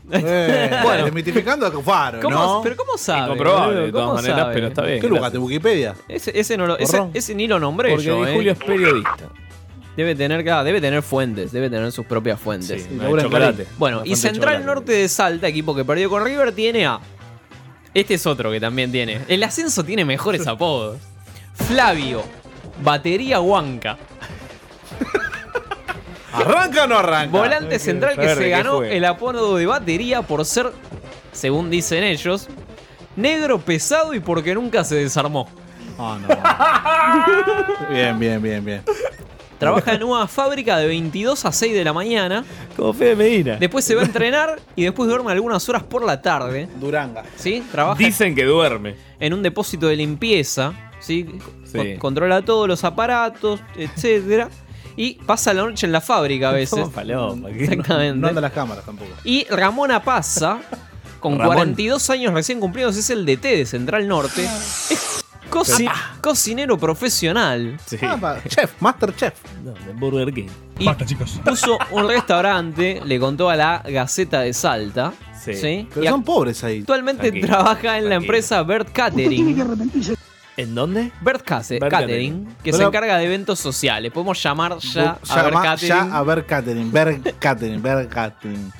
Speaker 7: bueno, desmitificando Eh, a Cufaro,
Speaker 9: ¿Cómo-
Speaker 7: ¿no?
Speaker 9: pero cómo sabe,
Speaker 7: Incomprobable,
Speaker 9: boludo?
Speaker 7: de todas
Speaker 9: ¿Cómo
Speaker 7: maneras,
Speaker 9: sabe?
Speaker 7: pero está bien. ¿Qué lo buscaste, Wikipedia?
Speaker 9: Ese, ese no lo, ese,
Speaker 7: Porrón.
Speaker 9: ese ni lo nombré
Speaker 10: Porque
Speaker 9: yo.
Speaker 10: Di
Speaker 9: eh.
Speaker 10: Julio es periodista.
Speaker 9: Debe tener, claro, debe tener fuentes, debe tener sus propias fuentes.
Speaker 10: Sí, labura en chocolate. Clarín.
Speaker 9: Bueno,
Speaker 10: Una
Speaker 9: y
Speaker 10: fuente de
Speaker 9: Central
Speaker 10: chocolate.
Speaker 9: Norte de Salta, equipo que perdió con River, tiene a. Este es otro que también tiene. El ascenso tiene mejores apodos. Flavio, batería huanca.
Speaker 7: ¿Arranca o no arranca?
Speaker 9: Volante central que
Speaker 7: Verde,
Speaker 9: se
Speaker 7: que
Speaker 9: ganó
Speaker 7: juegue.
Speaker 9: el apodo de batería por ser, según dicen ellos, negro pesado y porque nunca se desarmó.
Speaker 7: Ah, Bien, bien, bien, bien.
Speaker 9: Trabaja en una fábrica de 22 a 6 de la mañana.
Speaker 10: Como Fede Medina.
Speaker 9: Después se va a entrenar y después duerme algunas horas por la tarde.
Speaker 7: Duranga.
Speaker 9: ¿Sí? Trabaja
Speaker 10: Dicen que duerme.
Speaker 9: en un depósito de limpieza. ¿Sí? Con-
Speaker 10: Sí.
Speaker 9: controla todos los aparatos, etcétera. Y pasa la noche en la fábrica a veces.
Speaker 10: Somos paloma, que no-
Speaker 9: Exactamente.
Speaker 7: No andan las cámaras tampoco.
Speaker 9: Y Ramona Pazza, con
Speaker 7: Ramón.
Speaker 9: 42 años recién cumplidos, es el DT de Central Norte. Es coci- cocinero profesional.
Speaker 7: Ah, pa- chef, Master Chef.
Speaker 10: Burger King.
Speaker 9: Y puso un restaurante, le contó a la Gaceta de Salta. Sí.
Speaker 7: Pero
Speaker 9: Y
Speaker 7: son pobres ahí.
Speaker 9: actualmente trabaja en la empresa Bert Catering.
Speaker 10: ¿En dónde?
Speaker 9: Bert Case-
Speaker 7: Bert
Speaker 9: Catering,
Speaker 7: Catering.
Speaker 9: que
Speaker 7: Pero-
Speaker 9: se encarga de eventos sociales. Podemos llamar ya a Bert
Speaker 7: Llama-
Speaker 9: Catering.
Speaker 7: ya a ver Catering, ver Catering, ver Catering.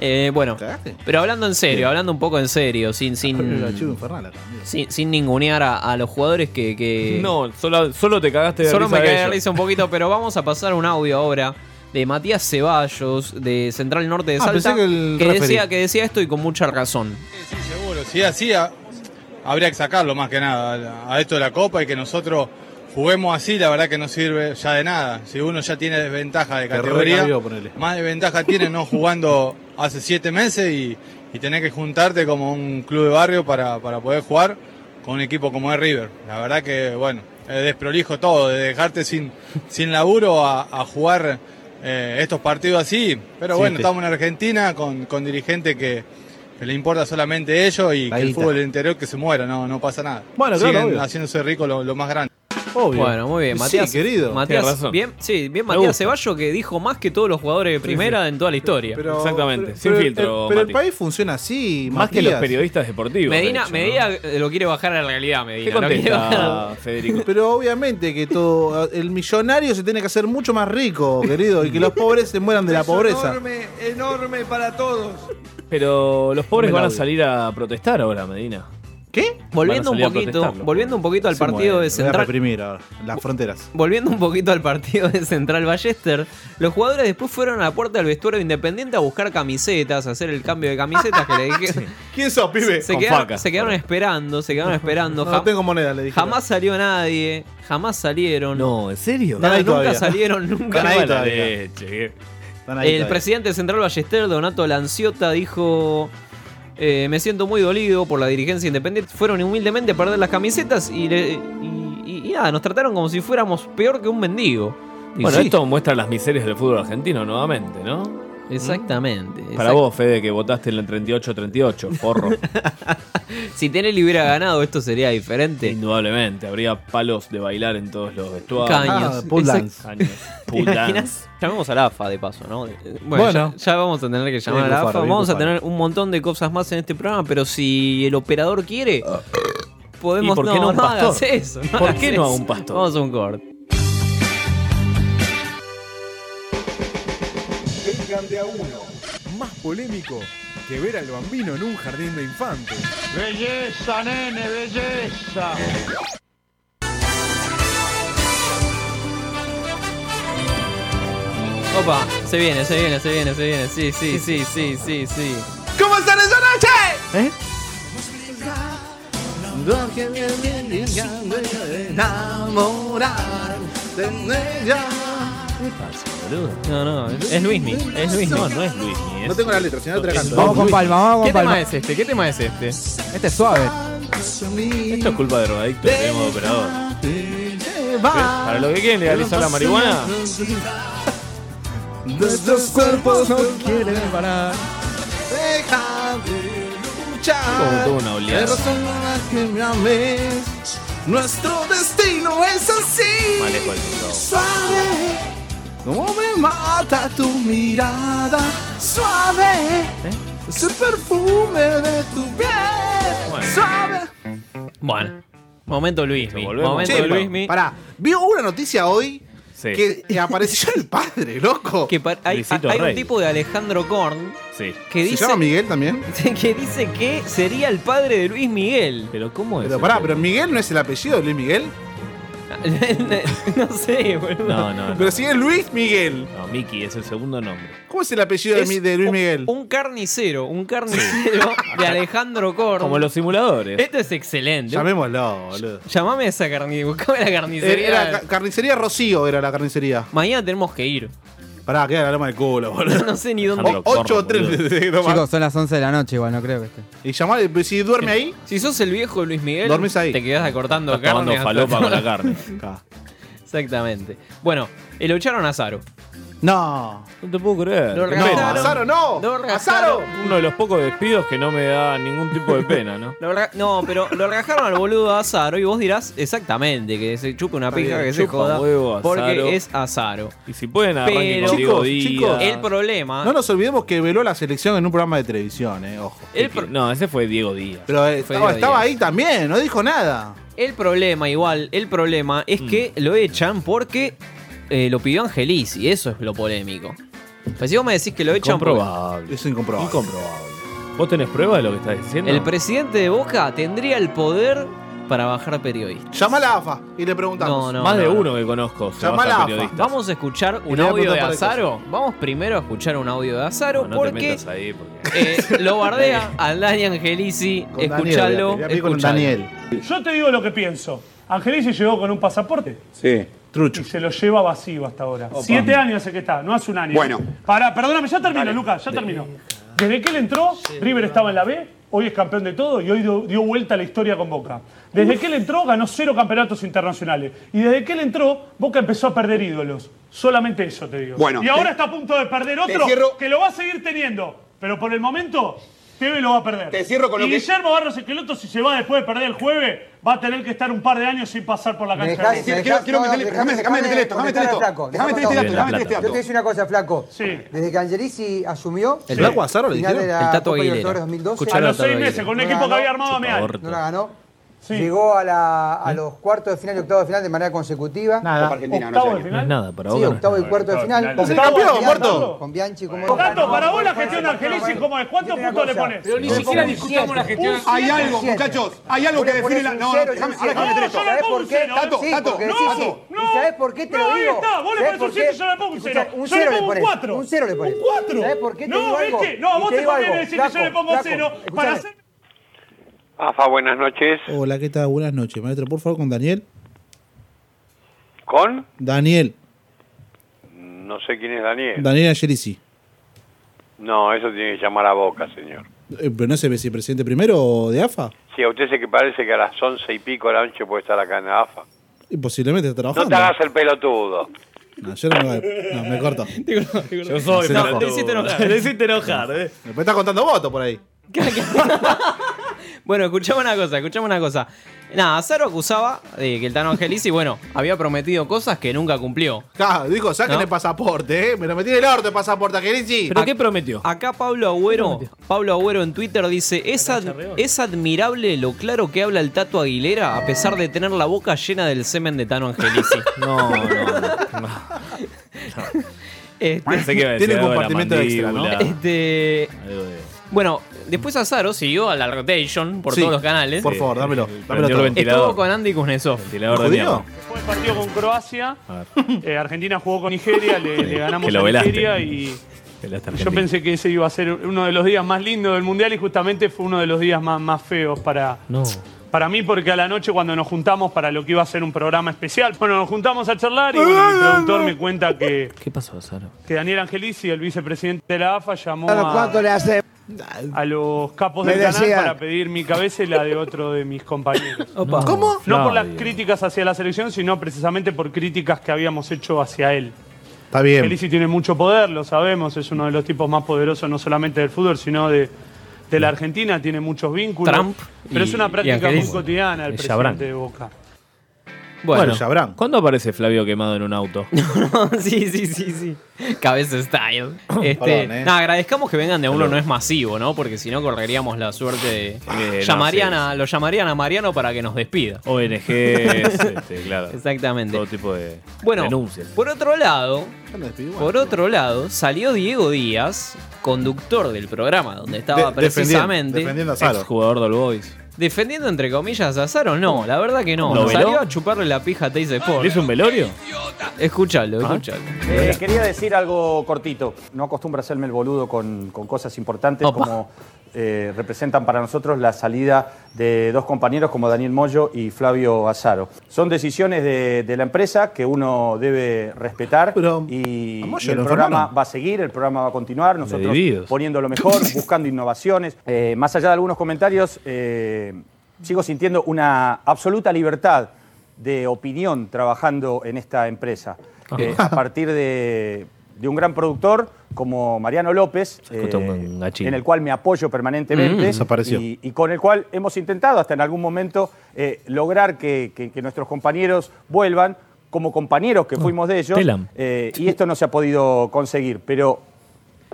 Speaker 9: Eh, bueno, pero hablando en serio, hablando un poco en serio, sin sin,
Speaker 7: Pero la chiva infernal acá.
Speaker 9: sin, sin ningunear a, a los jugadores que... que-
Speaker 10: No, solo, solo te cagaste de
Speaker 9: Solo
Speaker 10: risa
Speaker 9: me
Speaker 10: de
Speaker 9: cae de
Speaker 10: ellos.
Speaker 9: risa un poquito, pero vamos a pasar un audio ahora de Matías Ceballos, de Central Norte de
Speaker 14: Ah,
Speaker 9: Salta,
Speaker 14: pensé que el referee.
Speaker 9: decía, que decía esto y con mucha razón.
Speaker 14: Seguro, si así ha- habría que sacarlo más que nada a, a esto de la Copa y que nosotros juguemos así, la verdad que no sirve ya de nada. Si uno ya tiene desventaja de
Speaker 7: Te
Speaker 14: categoría,
Speaker 7: recabió, ponele.
Speaker 14: más desventaja tiene no jugando hace siete meses y, y tener que juntarte como un club de barrio para, para poder jugar con un equipo como es River. La verdad que, bueno, es desprolijo todo, de dejarte sin, sin laburo a, a jugar eh, estos partidos así. Pero bueno,
Speaker 7: Siete.
Speaker 14: estamos en Argentina con, con dirigentes que, que le importa solamente ellos y que el
Speaker 7: guita.
Speaker 14: fútbol del interior que se muera, no, no pasa nada.
Speaker 7: Bueno, claro,
Speaker 14: Siguen
Speaker 7: obvio.
Speaker 14: haciéndose rico lo, lo más grande.
Speaker 9: Bueno, muy bien, Matías. Matías, Bien, sí, bien
Speaker 14: Me
Speaker 9: Matías
Speaker 14: gusta.
Speaker 9: Ceballos que dijo más que todos los jugadores de primera en toda la historia.
Speaker 7: Pero- pero- pero- el- Pero el país funciona así,
Speaker 10: Más que los
Speaker 7: Matías.
Speaker 10: periodistas deportivos.
Speaker 9: Medina,
Speaker 10: de hecho,
Speaker 9: Medina eh, lo quiere bajar a la realidad, Medina.
Speaker 10: ¿Qué
Speaker 9: lo quiere bajar
Speaker 10: contesta,
Speaker 9: a-
Speaker 10: Federico?
Speaker 7: Pero obviamente que todo el millonario se tiene que hacer mucho más rico, querido, y que los pobres se mueran de la pobreza.
Speaker 6: Enorme, enorme para todos.
Speaker 10: Pero los
Speaker 7: Dame
Speaker 10: pobres
Speaker 7: el
Speaker 10: van a
Speaker 7: audio.
Speaker 10: salir a protestar ahora, Medina.
Speaker 7: ¿Qué?
Speaker 9: Volviendo un poquito, volviendo un poquito al partido de
Speaker 7: Voy a
Speaker 9: Central.
Speaker 7: reprimir ahora, las fronteras.
Speaker 9: Volviendo un poquito al partido de Central Ballester, los jugadores después fueron a la puerta del vestuario independiente a buscar camisetas, a hacer el cambio de camisetas que le dije.
Speaker 7: ¿Quién sos, pibe?
Speaker 9: Se,
Speaker 7: Con
Speaker 9: quedaron,
Speaker 7: faca.
Speaker 9: se quedaron esperando, se quedaron esperando.
Speaker 7: No,
Speaker 9: Ja-
Speaker 7: no tengo moneda, le dije.
Speaker 9: jamás salió nadie, jamás salieron.
Speaker 10: No, ¿en serio?
Speaker 9: Nada, nunca salieron, nunca.
Speaker 7: Están ahí
Speaker 9: Mala
Speaker 7: todavía. Están ahí
Speaker 9: el
Speaker 7: todavía.
Speaker 9: presidente de Central Ballester, Donato Lanciota, dijo: eh, Me siento muy dolido por la dirigencia independiente. Fueron humildemente a perder las camisetas y, le- y- y- y nada, nos trataron como si fuéramos peor que un mendigo. Y
Speaker 10: Bueno,
Speaker 9: sí,
Speaker 10: esto muestra las miserias del fútbol argentino nuevamente, ¿no?
Speaker 9: Exactamente.
Speaker 10: Para
Speaker 9: exact-
Speaker 10: vos, Fede, que votaste en el 38-38, forro.
Speaker 9: Si Tenel hubiera ganado, esto sería diferente.
Speaker 10: Indudablemente, habría palos de bailar en todos los vestuarios.
Speaker 9: Caños. Ah, pole
Speaker 10: Exact-
Speaker 9: dance.
Speaker 10: Caños.
Speaker 9: ¿Te
Speaker 10: Pole dance.
Speaker 9: imaginas? Llamemos a la AFA de paso, ¿no? Eh, Bueno,
Speaker 10: Bueno.
Speaker 9: Ya, ya vamos a tener que llamar a la
Speaker 10: Bien,
Speaker 9: AFA.
Speaker 10: Cufaro, bien,
Speaker 9: Vamos a
Speaker 10: Cufaro.
Speaker 9: tener un montón de cosas más en este programa, pero si el operador quiere, podemos
Speaker 10: Ah. ¿Y por qué no un pastor?
Speaker 9: hagas eso. no
Speaker 10: ¿Por
Speaker 9: hagas
Speaker 10: qué no a
Speaker 9: eso.
Speaker 10: un pastor?
Speaker 9: Vamos a un corte.
Speaker 15: Vengan de a uno. Más polémico que ver al bambino en un jardín de infantes.
Speaker 6: Belleza, nene, belleza.
Speaker 9: Opa, se viene, se viene, se viene, se viene. Sí, sí, sí, sí, sí, sí.
Speaker 6: ¿Cómo están esa noche?
Speaker 9: ¿Eh? No, no, es Luismi, es Luismi.
Speaker 10: No, no es Luismi.
Speaker 7: No tengo la letra, si no te la canto.
Speaker 10: Vamos con
Speaker 7: palma,
Speaker 9: ¿Qué tema es este? ¿Qué tema es este?
Speaker 12: Este es suave.
Speaker 10: Esto es culpa de drogadicto que
Speaker 6: Oh,
Speaker 10: tenemos de operador. Para los que quieren legalizar la marihuana,
Speaker 6: Nuestros cuerpos no quieren parar. Deja de
Speaker 10: como
Speaker 6: luchar.
Speaker 10: toda una
Speaker 6: Hay
Speaker 10: oleada.
Speaker 6: razón para que me ames. Nuestro destino es así.
Speaker 10: Mal es cual,
Speaker 6: Suave. No me mata tu mirada. Suave.
Speaker 10: ¿Eh?
Speaker 6: Es el perfume de tu piel. Suave.
Speaker 9: Bueno. Momento Luismi.
Speaker 10: volvemos.
Speaker 9: Momento
Speaker 10: Che,
Speaker 9: Luismi.
Speaker 7: Pará, vio una noticia hoy
Speaker 10: Sí.
Speaker 7: que eh, apareció el padre, loco.
Speaker 9: Que par- hay,
Speaker 7: Luisito
Speaker 9: hay un
Speaker 7: Rey.
Speaker 9: tipo de Alejandro Korn
Speaker 10: Sí.
Speaker 9: que
Speaker 7: ¿Se
Speaker 9: dice
Speaker 7: llama Miguel también?
Speaker 9: que dice que sería el padre de Luis Miguel.
Speaker 10: Pero ¿cómo
Speaker 7: Pero pará, pero Miguel no es el apellido de Luis Miguel.
Speaker 9: no sé, boludo.
Speaker 10: No, no, no.
Speaker 7: Pero si es Luis Miguel.
Speaker 10: No, Mickey es el segundo nombre.
Speaker 7: ¿Cómo es el apellido de,
Speaker 9: Es
Speaker 7: mi- de Luis
Speaker 9: un-
Speaker 7: Miguel?
Speaker 9: Un, carnicero, un carnicero de Alejandro Korn.
Speaker 10: Como los simuladores.
Speaker 9: Esto Este es excelente.
Speaker 7: Llamémoslo, boludo.
Speaker 9: Llamame a esa carnicería. Buscame la carnicería.
Speaker 7: Era, ca- carnicería Rocío era la carnicería.
Speaker 9: Mañana tenemos que ir.
Speaker 7: Pará, queda la loma del culo, boludo.
Speaker 9: No sé ni dónde.
Speaker 7: O- Ocho o tres de- de- de-
Speaker 12: Chicos, son las 11 de la noche, igual, no creo que esté.
Speaker 7: Y llamar, si duerme ahí,
Speaker 9: Si sos el viejo Luis Miguel,
Speaker 7: Dormís ahí.
Speaker 9: te quedás acortando
Speaker 10: Estás tomando
Speaker 9: carne. hasta-
Speaker 10: falopa con la carne.
Speaker 9: Exactamente. Bueno, y lo echaron a Zaro.
Speaker 7: No.
Speaker 10: No te puedo creer.
Speaker 9: Lo
Speaker 10: No.
Speaker 9: regalaron.
Speaker 7: Azaro, no.
Speaker 9: Lo
Speaker 7: Azaro.
Speaker 9: rajaron.
Speaker 10: Uno de los pocos despidos que no me da ningún tipo de pena, ¿no?
Speaker 9: Lo raja- No, pero lo rajaron al boludo a Azaro y vos dirás exactamente que se chupe una
Speaker 10: Está
Speaker 9: pija,
Speaker 10: bien,
Speaker 9: que se
Speaker 10: chupa
Speaker 9: joda.
Speaker 10: huevo, Azaro.
Speaker 9: porque es Azaro.
Speaker 10: Y si pueden arranquen
Speaker 9: Pero-
Speaker 10: con Diego
Speaker 7: Chicos,
Speaker 10: Díaz.
Speaker 7: chicos.
Speaker 9: El problema.
Speaker 7: No nos olvidemos que veló la selección en un programa de televisión, eh, ojo.
Speaker 9: el pro-
Speaker 10: No, ese fue Diego Díaz.
Speaker 7: Pero eh,
Speaker 9: Fue
Speaker 7: estaba,
Speaker 9: Diego
Speaker 7: estaba
Speaker 9: Díaz.
Speaker 7: ahí también, no dijo nada.
Speaker 9: El problema, igual, el problema es
Speaker 10: Mm.
Speaker 9: que lo echan porque eh, lo pidió Angelis y eso es lo polémico. Pues si vos me decís que lo echan por.
Speaker 10: Incomprobable.
Speaker 7: Es incomprobable.
Speaker 10: Incomprobable. ¿Vos tenés prueba de lo que estás diciendo?
Speaker 9: El presidente de Boca tendría el poder para bajar periodistas.
Speaker 7: Llama a la AFA y le preguntamos.
Speaker 9: No, no.
Speaker 10: Más de uno que conozco. se
Speaker 7: Llamá
Speaker 10: basa
Speaker 7: a la
Speaker 10: periodista.
Speaker 9: Vamos a escuchar
Speaker 7: Y
Speaker 9: un
Speaker 7: le voy a
Speaker 9: audio de
Speaker 7: preguntar par de
Speaker 9: Azaro. Vamos primero a escuchar un audio de Azaro
Speaker 10: No, no te
Speaker 9: porque
Speaker 10: metas ahí porque...
Speaker 9: eh, lo bardea a Dani Angelisi.
Speaker 7: Con Daniel, voy a-
Speaker 9: Escuchalo.
Speaker 7: voy a pedir con
Speaker 9: escuchalo.
Speaker 7: Daniel.
Speaker 16: Yo te digo lo que pienso. Angelici llegó con un pasaporte
Speaker 17: Sí.
Speaker 7: Trucho.
Speaker 16: y se lo lleva vacío hasta ahora. Siete años hace que está, no hace un año.
Speaker 17: Bueno.
Speaker 16: Pará, perdóname, ya termino, Lucas, ya termino. Desde que él entró, River estaba en la B, hoy es campeón de todo y hoy dio, dio vuelta a la historia con Boca. Desde que él entró, ganó cero campeonatos internacionales. Y desde que él entró, Boca empezó a perder ídolos. Solamente eso te digo.
Speaker 17: Bueno,
Speaker 16: y ahora
Speaker 17: te-
Speaker 16: está a punto de perder
Speaker 17: te
Speaker 16: otro
Speaker 17: cierro-
Speaker 16: que lo va a seguir teniendo. Pero por el momento, TV lo va a perder.
Speaker 17: Te cierro con lo
Speaker 16: y
Speaker 17: que-
Speaker 16: Guillermo Barros Esqueloto, si se va después de perder el jueves, va a tener que estar un par de años sin pasar por la
Speaker 4: Me
Speaker 16: cancha.
Speaker 4: dejás-
Speaker 16: de
Speaker 4: me
Speaker 16: Boca.
Speaker 4: dejás todo-
Speaker 17: déjame- déjame meter esto, déjame meter
Speaker 4: dejame
Speaker 17: esto.
Speaker 4: flaco,
Speaker 17: Déjame meter este dato,
Speaker 4: dejame todo.
Speaker 17: déjame meter este
Speaker 4: Yo
Speaker 17: dato.
Speaker 4: te voy a decir una cosa, flaco. Desde que Angelisi asumió,
Speaker 7: ¿El flaco Azaro le
Speaker 4: final de
Speaker 7: dijeron?
Speaker 4: la
Speaker 9: El Tato
Speaker 4: Copa
Speaker 9: Aguilera.
Speaker 4: Libertadores 2012,
Speaker 9: Escuchalo
Speaker 16: a los
Speaker 9: al Tato
Speaker 16: seis meses,
Speaker 9: Aguilera.
Speaker 16: con un
Speaker 4: No
Speaker 16: equipo
Speaker 4: ganó,
Speaker 16: que había armado a
Speaker 10: chupa
Speaker 16: Meal.
Speaker 10: orto.
Speaker 4: no la ganó. Llegó a, la- a los cuartos de final y octavos de final de manera consecutiva.
Speaker 7: Nada.
Speaker 17: Argentina, no
Speaker 16: Octavo de
Speaker 17: sé.
Speaker 10: No es
Speaker 16: final.
Speaker 10: nada para
Speaker 4: Sí,
Speaker 10: vos.
Speaker 4: octavo y cuarto de final.
Speaker 16: Octavo,
Speaker 4: Con
Speaker 7: campeón,
Speaker 4: Bianchi,
Speaker 7: muerto.
Speaker 4: Con Bianchi como
Speaker 16: Tato, para vos la gestión de Angelisi, ¿cómo es? ¿Cuántos puntos le pones?
Speaker 4: Pero ni siquiera discutamos la gestión.
Speaker 17: Hay algo, muchachos, hay algo que define la. No, no, déjame, ahora déjame meter esto.
Speaker 16: No, yo le pongo un cero.
Speaker 17: Tato,
Speaker 4: Sí,
Speaker 17: Tato,
Speaker 4: porque
Speaker 17: no,
Speaker 4: decís,
Speaker 17: Tato.
Speaker 4: sí. ¿Y sabés por qué te lo
Speaker 16: No, ahí
Speaker 4: digo?
Speaker 16: está, vos le
Speaker 4: ¿Sabés
Speaker 16: ponés un
Speaker 4: por qué?
Speaker 16: siete, yo le pongo un
Speaker 4: Escuchá,
Speaker 16: cero.
Speaker 4: Un
Speaker 16: Yo le
Speaker 4: cero le
Speaker 16: pongo un
Speaker 4: pones.
Speaker 16: cuatro.
Speaker 4: Un cero le
Speaker 16: Un
Speaker 4: pones.
Speaker 16: cuatro.
Speaker 4: ¿Sabés por qué te
Speaker 16: No,
Speaker 4: digo
Speaker 16: ¿ves
Speaker 4: algo?
Speaker 16: qué? No, a
Speaker 4: Y
Speaker 16: vos te
Speaker 4: digo
Speaker 16: conviene
Speaker 4: algo,
Speaker 16: decir que yo le
Speaker 4: flaco,
Speaker 16: pongo
Speaker 4: flaco,
Speaker 16: cero
Speaker 4: escuchame.
Speaker 16: para hacer-
Speaker 18: AFA, buenas noches.
Speaker 19: Hola, ¿qué tal? Buenas noches, maestro. Por favor, con Daniel.
Speaker 18: ¿Con?
Speaker 19: Daniel,
Speaker 18: No sé quién es Daniel.
Speaker 19: Daniel Angelisi.
Speaker 18: No, eso tiene que llamar a Boca, señor.
Speaker 19: Eh, ¿Pero no es el vicepresidente primero o de AFA?
Speaker 18: Sí, a usted se que parece que a las once y pico de la noche puede estar acá en la AFA.
Speaker 19: Y posiblemente está
Speaker 18: No
Speaker 19: trabajando.
Speaker 18: te hagas el pelotudo.
Speaker 19: No, yo no me,
Speaker 7: Ah,
Speaker 19: voy. no, me corto.
Speaker 10: Yo soy.
Speaker 19: Se
Speaker 10: No,
Speaker 19: enojó.
Speaker 10: le hiciste enojar. Le hiciste enojar. eh.
Speaker 7: Me está contando votos por ahí.
Speaker 9: Bueno, escuchame una cosa, escuchame una cosa. Nada, Azaro acusaba de que el Tano Angelisi, bueno, había prometido cosas que nunca cumplió.
Speaker 7: Claro, dijo, saquen
Speaker 9: ¿No?
Speaker 7: el pasaporte, eh. Me lo metí en el orto el pasaporte, Angelisi.
Speaker 19: Ah,
Speaker 10: ¿Pero qué prometió?
Speaker 9: Acá Pablo Agüero, Pablo Agüero en Twitter dice, es, ad- es admirable lo claro que habla el Tato Aguilera a pesar de tener la boca llena del semen de Tano Angelisi.
Speaker 10: No, no.
Speaker 9: Este,
Speaker 10: Pensé que iba a decir
Speaker 7: Tiene
Speaker 10: algo de la
Speaker 7: compartimento extra, ¿no?
Speaker 10: mandíbula.
Speaker 9: este,
Speaker 10: Algo de-
Speaker 9: bueno, después Azaro siguió a la rotation por
Speaker 7: Sí,
Speaker 9: todos los canales.
Speaker 7: Por favor, dámelo.
Speaker 10: Prendió
Speaker 7: Dámelo
Speaker 10: el
Speaker 7: todo.
Speaker 10: ventilador.
Speaker 9: Estuvo con Andy Kuznetsov.
Speaker 10: Ventilador de
Speaker 7: ¿Judío?
Speaker 10: mierda.
Speaker 16: Después del partido con Croacia,
Speaker 10: A
Speaker 16: eh, Argentina jugó con Nigeria, le, le ganamos
Speaker 10: que lo
Speaker 16: a
Speaker 10: velaste.
Speaker 16: Nigeria y
Speaker 10: Velaste
Speaker 16: yo
Speaker 10: Argentina.
Speaker 16: pensé que ese iba a ser uno de los días más lindos del Mundial y justamente fue uno de los días más, más feos para,
Speaker 10: No.
Speaker 16: Para mí, porque a la noche cuando nos juntamos para lo que iba a ser un programa especial, bueno, nos juntamos a charlar y bueno, el productor me cuenta que,
Speaker 10: ¿Qué pasó, Saro?
Speaker 16: que Daniel Angelisi, el vicepresidente de la AFA, llamó
Speaker 4: Bueno,
Speaker 16: a,
Speaker 4: ¿Cuánto le hace?
Speaker 16: a los capos
Speaker 20: Me
Speaker 16: del canal
Speaker 20: decía-
Speaker 16: para pedir mi cabeza y la de otro de mis compañeros.
Speaker 20: Opa. ¿Cómo?
Speaker 16: No por las
Speaker 20: Flavio.
Speaker 16: críticas hacia la selección, sino precisamente por críticas que habíamos hecho hacia él.
Speaker 7: Está bien.
Speaker 16: Felici tiene mucho poder, lo sabemos, es uno de los tipos más poderosos no solamente del fútbol, sino de, de la Argentina, tiene muchos vínculos.
Speaker 10: Trump
Speaker 16: pero
Speaker 10: y-
Speaker 16: es una
Speaker 10: y
Speaker 16: práctica muy
Speaker 10: Angelini.
Speaker 16: cotidiana el
Speaker 10: Y
Speaker 16: presidente
Speaker 10: Gibran.
Speaker 16: de Boca.
Speaker 10: Bueno,
Speaker 9: Bueno, sabrán.
Speaker 10: ¿Cuándo aparece Flavio quemado en un auto?
Speaker 9: sí, sí, sí, sí. Cabeza style. Este,
Speaker 10: Perdón, eh.
Speaker 9: nada, agradezcamos que vengan de a uno, no es masivo, ¿no? Porque si no correríamos la suerte de.
Speaker 10: Eh, no,
Speaker 9: llamarían
Speaker 10: sí,
Speaker 9: a- lo llamarían a Mariano para que nos despida.
Speaker 10: ONG, este, claro.
Speaker 9: Exactamente.
Speaker 10: Todo tipo de
Speaker 9: Bueno,
Speaker 10: denuncias.
Speaker 9: por otro lado, por otro lado, salió Diego Díaz, conductor del programa donde estaba
Speaker 10: De-
Speaker 9: precisamente.
Speaker 10: defendiendo- defendiendo a Saro. Exjugador del Boys.
Speaker 9: Defendiendo entre comillas a Saro, no, la verdad que no.
Speaker 10: ¿Lo
Speaker 9: Nos
Speaker 10: veló?
Speaker 9: salió a chuparle la pija a Teis Sport.
Speaker 10: ¿Le hizo un velorio? Ah.
Speaker 9: Escúchalo, escúchalo.
Speaker 21: Eh, quería decir algo cortito. No acostumbra hacerme el boludo con, con cosas importantes
Speaker 9: Opa.
Speaker 21: como eh, representan para nosotros la salida de dos compañeros como Daniel Moyo y Flavio Azaro. Son decisiones de, de la empresa que uno debe respetar y,
Speaker 7: Moyo
Speaker 21: y el
Speaker 7: lo
Speaker 21: programa
Speaker 7: enfermaron.
Speaker 21: va a seguir, el programa va a continuar, nosotros
Speaker 7: divididos.
Speaker 21: poniendo lo mejor, buscando innovaciones. Eh, más allá de algunos comentarios, eh, sigo sintiendo una absoluta libertad de opinión trabajando en esta empresa. Eh, a partir de, de un gran productor como Mariano López,
Speaker 10: escucha
Speaker 21: eh,
Speaker 10: un gachín.
Speaker 21: en el cual me apoyo permanentemente
Speaker 10: Mm, desapareció.
Speaker 21: y, y con el cual hemos intentado hasta en algún momento eh, lograr que, que- que nuestros compañeros vuelvan como compañeros que fuimos de ellos
Speaker 10: Ah, Telam.
Speaker 21: eh, y esto no se ha podido conseguir, pero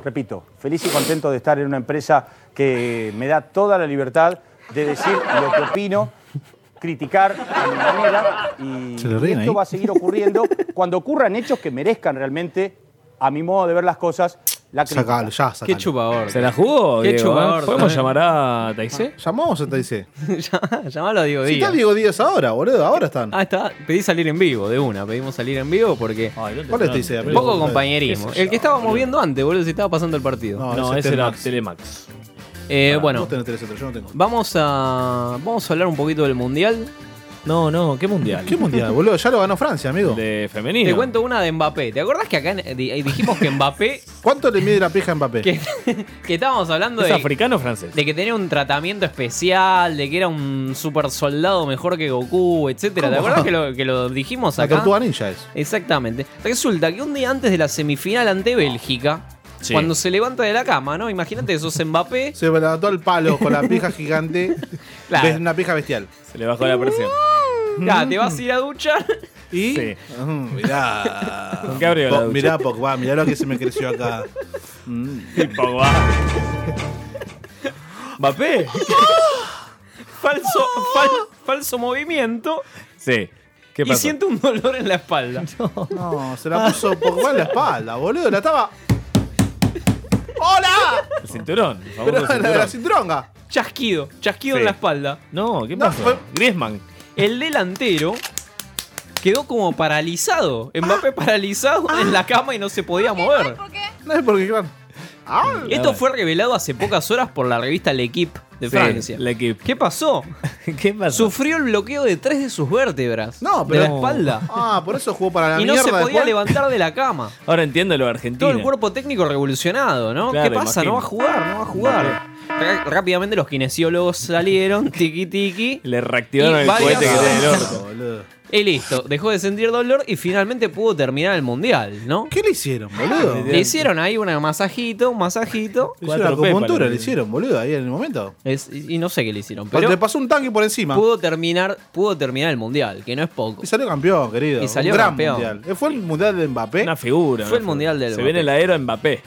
Speaker 21: repito, feliz y contento de estar en una empresa que me da toda la libertad de decir lo que opino, criticar a mi manera y,
Speaker 19: Se le ríen
Speaker 21: y esto
Speaker 19: ahí.
Speaker 21: va a seguir ocurriendo cuando ocurran hechos que merezcan realmente, a mi modo de ver las cosas, la crítica.
Speaker 19: Sacalo, ya, sacalo.
Speaker 9: Qué chupador.
Speaker 10: ¿Se la jugó?
Speaker 9: Qué
Speaker 10: Diego,
Speaker 9: chupador,
Speaker 10: eh? ¿Podemos
Speaker 9: ¿sabes?
Speaker 10: llamar a Taizé?
Speaker 19: Llamamos a Taizé.
Speaker 9: Llamalo a Diego
Speaker 19: Ah, Si
Speaker 9: Díaz.
Speaker 19: está Diego Díaz ahora, boludo, ahora están.
Speaker 9: Ah, está. Pedí salir en vivo, de una. Pedimos salir en vivo porque.
Speaker 19: ¿Cuál es Taizé? Amigo,
Speaker 9: Poco
Speaker 19: ¿cuál es?
Speaker 9: compañerismo.
Speaker 19: Ese
Speaker 9: El que estábamos viendo antes, boludo, si estaba pasando el partido.
Speaker 19: No, No, ese ese era Telemax.
Speaker 10: Telemax.
Speaker 9: Eh,
Speaker 19: Pará,
Speaker 9: bueno,
Speaker 19: Vos tenés tres otros, yo Ah, no tengo.
Speaker 9: vamos a. Vamos a hablar un poquito del mundial.
Speaker 10: No, no, ¿qué mundial?
Speaker 19: ¿Qué mundial, boludo? Ya lo ganó Francia, amigo.
Speaker 10: De femenino.
Speaker 9: Te cuento una de Mbappé. ¿Te acordás que acá en- di- eh, dijimos que Mbappé.
Speaker 19: ¿Cuánto le mide la pija a Mbappé?
Speaker 9: que, que estábamos hablando
Speaker 10: ¿Es
Speaker 9: de.
Speaker 10: africano o francés?
Speaker 9: De que tenía un tratamiento especial, de que era un super soldado mejor que Goku, etcétera. ¿Te
Speaker 19: ¿Cómo?
Speaker 9: acordás que lo, que lo dijimos
Speaker 19: La
Speaker 9: acá?
Speaker 19: tortuga ninja es.
Speaker 9: Exactamente. Resulta que un día antes de la semifinal ante Bélgica,
Speaker 19: Sí.
Speaker 9: cuando se levanta de la cama, ¿no? Imagínate que sos Mbappé.
Speaker 19: Se levantó el palo con la pija gigante.
Speaker 9: Claro.
Speaker 19: Es una pija bestial.
Speaker 10: Se le bajó la presión.
Speaker 9: Ya, te vas a ir a duchar.
Speaker 19: Y.
Speaker 10: Sí.
Speaker 19: Ujú, mirá.
Speaker 10: ¿Con qué abrió la
Speaker 19: Po-
Speaker 10: ducha?
Speaker 19: Mirá, Pogba, mirá lo que se me creció acá.
Speaker 10: Pogba. ¿Mbappé?
Speaker 9: Falso, fal- falso movimiento.
Speaker 10: Sí. ¿Qué
Speaker 9: Y
Speaker 10: pasó?
Speaker 9: siento un dolor en la espalda.
Speaker 19: No, se la puso Pogba en la espalda, boludo. La estaba. ¡Hola!
Speaker 10: El cinturón. el famoso
Speaker 19: Pero la,
Speaker 10: cinturón.
Speaker 19: la cinturonga.
Speaker 9: Chasquido, chasquido
Speaker 10: Sí.
Speaker 9: en la espalda.
Speaker 10: No, ¿qué
Speaker 9: No,
Speaker 10: pasó?
Speaker 9: fue-
Speaker 10: Griezmann.
Speaker 9: El delantero quedó como paralizado. Mbappé
Speaker 19: Ah.
Speaker 9: paralizado en la cama y no se podía mover.
Speaker 19: No es porque, claro. Ah,
Speaker 9: Esto fue revelado hace pocas horas por la revista L'Equipe de
Speaker 10: Sí,
Speaker 9: Francia.
Speaker 10: L'Equipe.
Speaker 9: ¿Qué pasó?
Speaker 10: ¿Qué pasó?
Speaker 9: Sufrió el bloqueo de tres de sus vértebras.
Speaker 19: No,
Speaker 9: De la
Speaker 19: pero.
Speaker 9: espalda.
Speaker 19: Ah, por eso jugó para la
Speaker 9: Y no
Speaker 19: mierda.
Speaker 9: se podía
Speaker 19: después.
Speaker 9: levantar de la cama.
Speaker 10: Ahora entiendo lo argentino.
Speaker 9: Todo el cuerpo técnico revolucionado, ¿no?
Speaker 10: Claro,
Speaker 9: ¿Qué pasa?
Speaker 10: imagino.
Speaker 9: No va a jugar, no va a jugar. Ra- Rápidamente los kinesiólogos salieron, tiki tiki.
Speaker 10: Le reactivaron
Speaker 9: Y
Speaker 10: el
Speaker 9: varias-
Speaker 10: cohete que tiene en el orto.
Speaker 19: boludo.
Speaker 9: Y listo, dejó de sentir dolor y finalmente pudo terminar el mundial, ¿no?
Speaker 19: ¿Qué le hicieron, boludo?
Speaker 9: Le hicieron ahí un masajito, un masajito.
Speaker 19: Le hicieron acupuntura, le hicieron, boludo, ahí en el momento.
Speaker 9: Es- y y no sé qué le hicieron,
Speaker 19: Pero le
Speaker 9: pero
Speaker 19: pasó un tanque por encima.
Speaker 9: pudo terminar, pudo terminar el mundial, que no es poco.
Speaker 19: Y salió campeón, querido.
Speaker 9: Y salió
Speaker 19: un gran
Speaker 9: campeón.
Speaker 19: mundial. Eh, Fue el mundial de Mbappé.
Speaker 10: Una figura.
Speaker 9: Fue
Speaker 10: una
Speaker 9: el
Speaker 10: figura.
Speaker 9: mundial del
Speaker 10: Se
Speaker 9: Mbappé.
Speaker 10: viene la era Mbappé.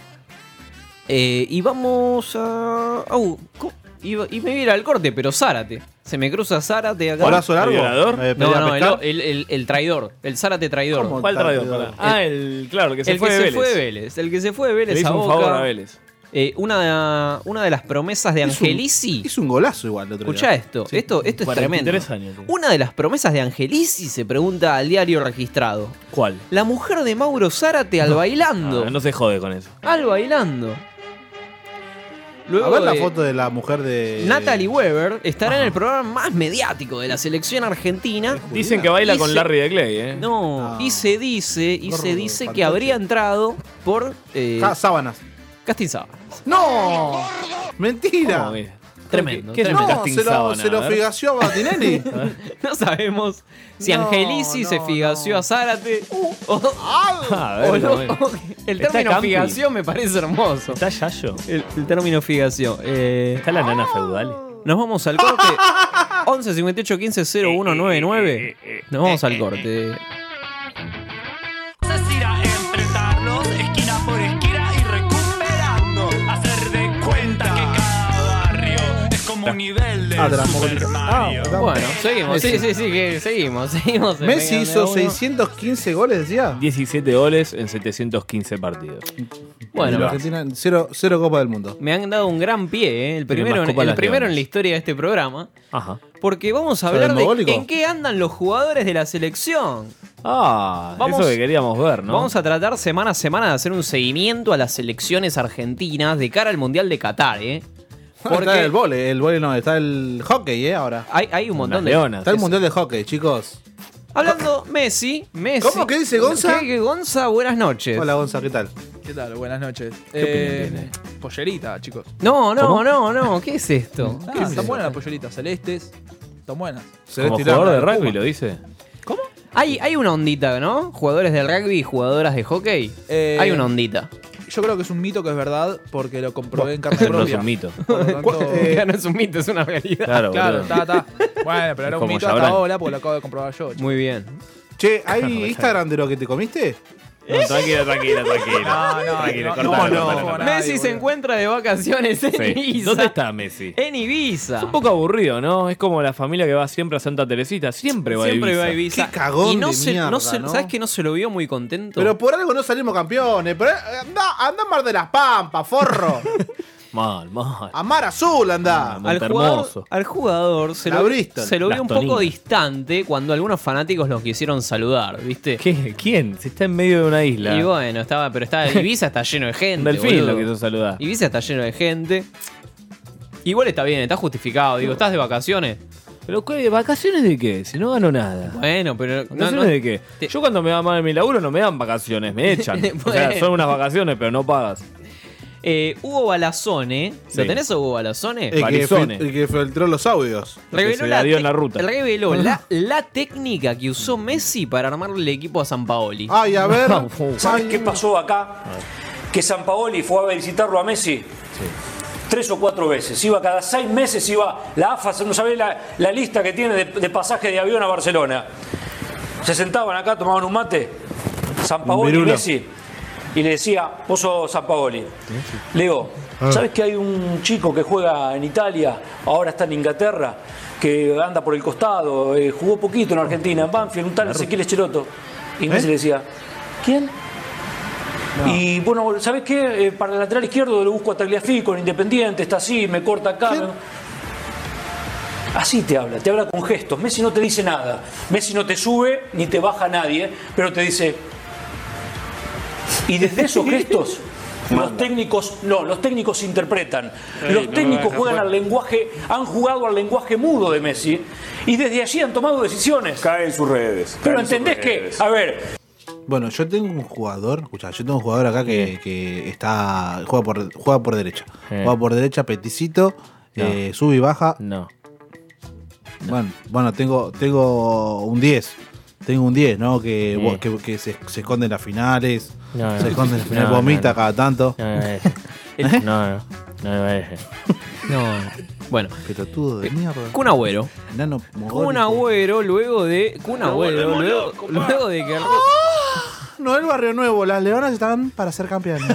Speaker 9: Eh, y vamos a. au, ¿cómo? Iba- y me viera el corte, pero Zárate. Se me cruza Zárate acá.
Speaker 19: Horazo largo.
Speaker 10: ¿El violador?
Speaker 19: Eh,
Speaker 9: No,
Speaker 19: pelea
Speaker 9: no,
Speaker 19: pescar.
Speaker 9: el, el- el- el traidor. El Zárate traidor.
Speaker 19: ¿Cómo?
Speaker 10: ¿Cuál traidor?
Speaker 19: traidor?
Speaker 10: Pará. Ah, el. Claro, el que se
Speaker 9: el
Speaker 10: fue
Speaker 9: que
Speaker 10: de
Speaker 9: se
Speaker 10: Vélez.
Speaker 9: fue de Vélez. El que se fue de
Speaker 10: Le
Speaker 9: Vélez a
Speaker 10: hizo un
Speaker 9: Boca.
Speaker 10: favor a Vélez.
Speaker 9: Eh, una, una de las promesas de
Speaker 19: Hizo un-
Speaker 9: Angelici.
Speaker 19: Hizo un golazo igual el otro
Speaker 9: Escucha
Speaker 19: día.
Speaker 9: esto,
Speaker 19: Sí.
Speaker 9: esto, esto es
Speaker 10: 43
Speaker 9: tremendo.
Speaker 10: años tiene.
Speaker 9: Una de las promesas de Angelici se pregunta al diario registrado.
Speaker 10: ¿Cuál?
Speaker 9: La mujer de Mauro Zárate al bailando.
Speaker 10: Ah, no se jode con eso.
Speaker 9: Al bailando. Luego
Speaker 19: a ver la
Speaker 9: de-
Speaker 19: foto de la mujer de.
Speaker 10: Eh,
Speaker 9: Natalie Weber estará en el programa más mediático de la selección argentina.
Speaker 10: Dicen que baila
Speaker 9: Y
Speaker 10: con
Speaker 9: se-
Speaker 10: Larry de Clay, ¿eh?
Speaker 9: No, y se dice, y se
Speaker 19: Gordo,
Speaker 9: dice que
Speaker 19: fantoche.
Speaker 9: habría entrado por eh,
Speaker 19: Ja, sábanas.
Speaker 9: Casting Sábanas.
Speaker 19: ¡No!
Speaker 7: Mentira.
Speaker 9: ¿Cómo que? Tremendo.
Speaker 7: ¿Qué es
Speaker 9: tremendo.
Speaker 7: No, se lo, se lo
Speaker 9: A ver.
Speaker 7: figació a Martinelli.
Speaker 9: no sabemos si
Speaker 7: No, Ah,
Speaker 9: Angelici se figació a Zárate. o,
Speaker 10: A ver,
Speaker 9: o no.
Speaker 10: no,
Speaker 9: el
Speaker 10: Ah, Está
Speaker 9: término
Speaker 10: Campi.
Speaker 9: figación me parece hermoso.
Speaker 10: ¿Está Yayo?
Speaker 9: El, el término figación. eh,
Speaker 10: ¿Está la nana feudal?
Speaker 9: Nos vamos al corte. 11 58 15
Speaker 10: Eh,
Speaker 9: 0199. Nos vamos al corte.
Speaker 20: Es ir a enfrentarnos esquina por esquina y recuperando. Hacer de cuenta que cada barrio es como un nivel de
Speaker 7: Ah, de la
Speaker 20: Super Mario.
Speaker 9: Bueno, seguimos. Sí, sí, sí, que seguimos, seguimos.
Speaker 7: Messi hizo
Speaker 9: 600
Speaker 7: 615 goles, decía.
Speaker 10: 17 goles en 715 partidos.
Speaker 7: Y la
Speaker 9: Bueno,
Speaker 7: Argentina, cero, cero Copa del Mundo.
Speaker 9: me han dado un gran pie, ¿eh? el
Speaker 10: Tiene más
Speaker 9: primero, en,
Speaker 10: copas
Speaker 9: el
Speaker 10: las
Speaker 9: primero en
Speaker 10: leonas.
Speaker 9: la historia de este programa.
Speaker 10: Ajá.
Speaker 9: Porque vamos a
Speaker 10: ¿Sobre
Speaker 9: hablar
Speaker 10: el
Speaker 9: de
Speaker 10: mogólico?
Speaker 9: en qué andan los jugadores de la selección.
Speaker 10: Ah, eso que queríamos ver, ¿no?
Speaker 9: Vamos a tratar semana a semana de hacer un seguimiento a las selecciones argentinas de cara al Mundial de Qatar, ¿eh?
Speaker 7: está el
Speaker 9: Porque
Speaker 7: vole, el vole no, está el hockey, ¿eh? Ahora.
Speaker 9: hay, hay un montón de...
Speaker 7: Está el mundial de hockey, chicos.
Speaker 9: Hablando Messi, Messi...
Speaker 7: ¿Cómo? ¿Qué dice Gonza?
Speaker 9: ¿Qué, qué Gonza? Buenas noches.
Speaker 7: Hola, Gonza, ¿qué tal?
Speaker 1: ¿Qué tal? Buenas noches.
Speaker 9: ¿Qué opinión
Speaker 1: Eh, pollerita, chicos.
Speaker 9: No, no,
Speaker 1: ¿Cómo?
Speaker 9: no, no. ¿Qué es esto?
Speaker 1: Ah,
Speaker 9: ¿Qué es
Speaker 1: están
Speaker 9: esto?
Speaker 1: buenas las polleritas celestes. Están buenas.
Speaker 10: Como jugador de rugby lo dice.
Speaker 9: Hay, hay una ondita, ¿no? Jugadores del rugby y jugadoras de hockey.
Speaker 1: Eh,
Speaker 9: hay una ondita.
Speaker 1: Yo creo que es un mito que es verdad porque lo comprobé en carne
Speaker 10: No es
Speaker 1: propia.
Speaker 10: un mito.
Speaker 1: Por lo tanto- eh,
Speaker 9: Ya no es un mito, es una realidad.
Speaker 10: Claro,
Speaker 1: Claro,
Speaker 10: boludo.
Speaker 1: está, está. Bueno, pero era un
Speaker 10: Como
Speaker 1: mito
Speaker 10: ya
Speaker 1: hasta
Speaker 10: habrán.
Speaker 1: ahora porque lo acabo de comprobar yo. chicos.
Speaker 9: Muy bien.
Speaker 7: Che, ¿hay Instagram de lo que te comiste?
Speaker 10: No, tranquilo, tranquilo, tranquilo.
Speaker 1: No, no,
Speaker 10: tranquilo,
Speaker 1: no,
Speaker 10: cortalo,
Speaker 1: no,
Speaker 10: cortalo,
Speaker 1: no,
Speaker 10: cortalo.
Speaker 1: no.
Speaker 9: Messi se encuentra de vacaciones en
Speaker 10: Sí.
Speaker 9: Ibiza.
Speaker 10: ¿Dónde está Messi?
Speaker 9: En Ibiza.
Speaker 10: Es un poco aburrido, ¿no? Es como la familia que va siempre a Santa Teresita. Siempre va
Speaker 9: Siempre
Speaker 10: a Ibiza.
Speaker 9: va a Ibiza. y no se, no se- ¿Sabes que no se lo vio muy contento?
Speaker 7: Pero por algo no salimos campeones. Pero eh, anda, anda a Mar de las Pampas, forro.
Speaker 10: Mal, mal.
Speaker 7: a Mar Azul anda.
Speaker 9: al jugador,
Speaker 10: Montermoso.
Speaker 9: al jugador se
Speaker 7: La
Speaker 9: lo,
Speaker 7: Bristol.
Speaker 9: se lo vio
Speaker 10: Las
Speaker 9: un poco
Speaker 10: Toninas.
Speaker 9: distante cuando algunos fanáticos los quisieron saludar, ¿viste?
Speaker 10: ¿Quién? Si está en medio de una isla.
Speaker 9: Y bueno, estaba, pero está, Ibiza está lleno de
Speaker 10: Un
Speaker 9: gente.
Speaker 10: delfín
Speaker 9: boludo.
Speaker 10: lo quiso saludar.
Speaker 9: Ibiza está lleno de gente. Igual está bien, está justificado. Digo, estás de vacaciones.
Speaker 10: ¿Pero qué? ¿Vacaciones de qué? Si no gano nada.
Speaker 9: Bueno, pero.
Speaker 10: ¿Vacaciones de qué? Yo cuando me va mal en mi laburo no me dan vacaciones, me echan. O sea,
Speaker 9: Bueno.
Speaker 10: son unas vacaciones, pero no pagas.
Speaker 9: Eh, Hugo Balazone. ¿Lo
Speaker 10: Sí.
Speaker 9: tenés a Hugo Balazone?
Speaker 7: El que, fil- el que filtró los audios.
Speaker 9: Reveló la,
Speaker 10: dio en la
Speaker 9: tec-
Speaker 10: ruta.
Speaker 9: reveló la- la técnica que usó Messi para armarle el equipo a San Paoli.
Speaker 7: Ay, a ver.
Speaker 22: ¿Saben qué pasó acá? Que San Paoli fue a visitarlo a Messi tres o cuatro veces. Iba cada seis meses, iba la AFA, no sabés la, la lista que tiene de, de pasaje de avión a Barcelona. Se sentaban acá, tomaban un mate, San Paoli y
Speaker 19: Virulo.
Speaker 22: Messi, y le decía, vos sos San Paoli. Le digo, ¿sabes que hay un chico que juega en Italia, ahora está en Inglaterra, que anda por el costado, eh, jugó poquito en Argentina, en Banfield, un tal Ezequiel Cheloto? Y Messi le decía, ¿quién? Y bueno, ¿sabes qué? Eh, para el lateral izquierdo lo busco a Tagliafico, en Independiente, está así, me corta acá. Así te habla, te habla con gestos. Messi no te dice nada. Messi no te sube ni te baja a nadie, pero te dice. Y desde esos gestos. Los técnicos, no, los técnicos interpretan.
Speaker 1: Sí, no
Speaker 22: los
Speaker 1: lo
Speaker 22: técnicos
Speaker 1: dejan
Speaker 22: juegan
Speaker 1: fuera.
Speaker 22: al lenguaje, han jugado al lenguaje mudo de Messi y desde allí han tomado decisiones. Caen sus redes. Pero
Speaker 7: caen sus
Speaker 22: entendés que, a ver,
Speaker 7: Bueno, yo tengo un jugador, escucha, yo tengo un jugador acá que, que está juega por juega por derecha.
Speaker 9: Eh.
Speaker 7: Juega por derecha, peticito, eh, sube y baja.
Speaker 10: No.
Speaker 7: Bueno, bueno, tengo tengo un 10. Tengo un 10, ¿no? Que,
Speaker 10: Mm.
Speaker 7: vos- que, que se, se esconde en las finales.
Speaker 10: No, no.
Speaker 7: se esconde en las finales,
Speaker 10: No, no,
Speaker 7: vomita
Speaker 10: no.
Speaker 7: cada tanto.
Speaker 10: No, no,
Speaker 7: ¿Eh?
Speaker 10: No, no. No, no.
Speaker 9: No. Bueno.
Speaker 7: Pelotudo de mierda.
Speaker 9: Kun Eh, Agüero.
Speaker 7: Enano mogólico.
Speaker 9: Kun Agüero, luego de. Kun Agüero, luego, luego de que.
Speaker 10: Ah.
Speaker 7: Noel Barrio Nuevo, las leonas están para ser campeones.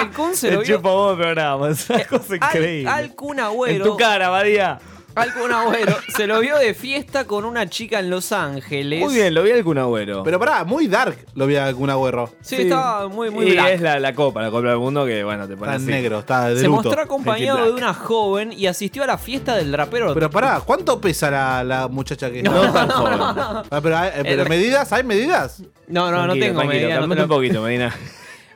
Speaker 9: El Kun se lo vio. Eh,
Speaker 10: vos programa. Es una cosa
Speaker 9: Al,
Speaker 10: increíble.
Speaker 9: al Kun Agüero.
Speaker 10: En tu cara, Badía.
Speaker 9: Al Kun Agüero se lo vio de fiesta con una chica en Los Ángeles.
Speaker 10: Muy bien, lo vi al Kun Agüero.
Speaker 7: Pero pará, muy dark lo vi a algún agüero.
Speaker 9: Sí, estaba muy, muy
Speaker 10: Y
Speaker 9: black.
Speaker 10: Eh, es la, la copa, la copa del mundo que, bueno, te pone
Speaker 7: Está
Speaker 10: así.
Speaker 7: negro, está de
Speaker 9: Se
Speaker 7: luto.
Speaker 9: mostró acompañado
Speaker 10: Black.
Speaker 9: de una joven y asistió a la fiesta del rapero.
Speaker 7: Pero pará, ¿cuánto pesa la, la muchacha que
Speaker 9: No,
Speaker 7: está?
Speaker 9: no, tan joven.
Speaker 7: Ah, pero hay- eh, pero
Speaker 9: El-
Speaker 7: medidas, ¿hay medidas?
Speaker 9: No, no, no
Speaker 10: Tranquilo,
Speaker 9: tengo
Speaker 10: tranquilo,
Speaker 9: medida. no
Speaker 10: calmate
Speaker 9: te lo-
Speaker 10: un poquito, Medina.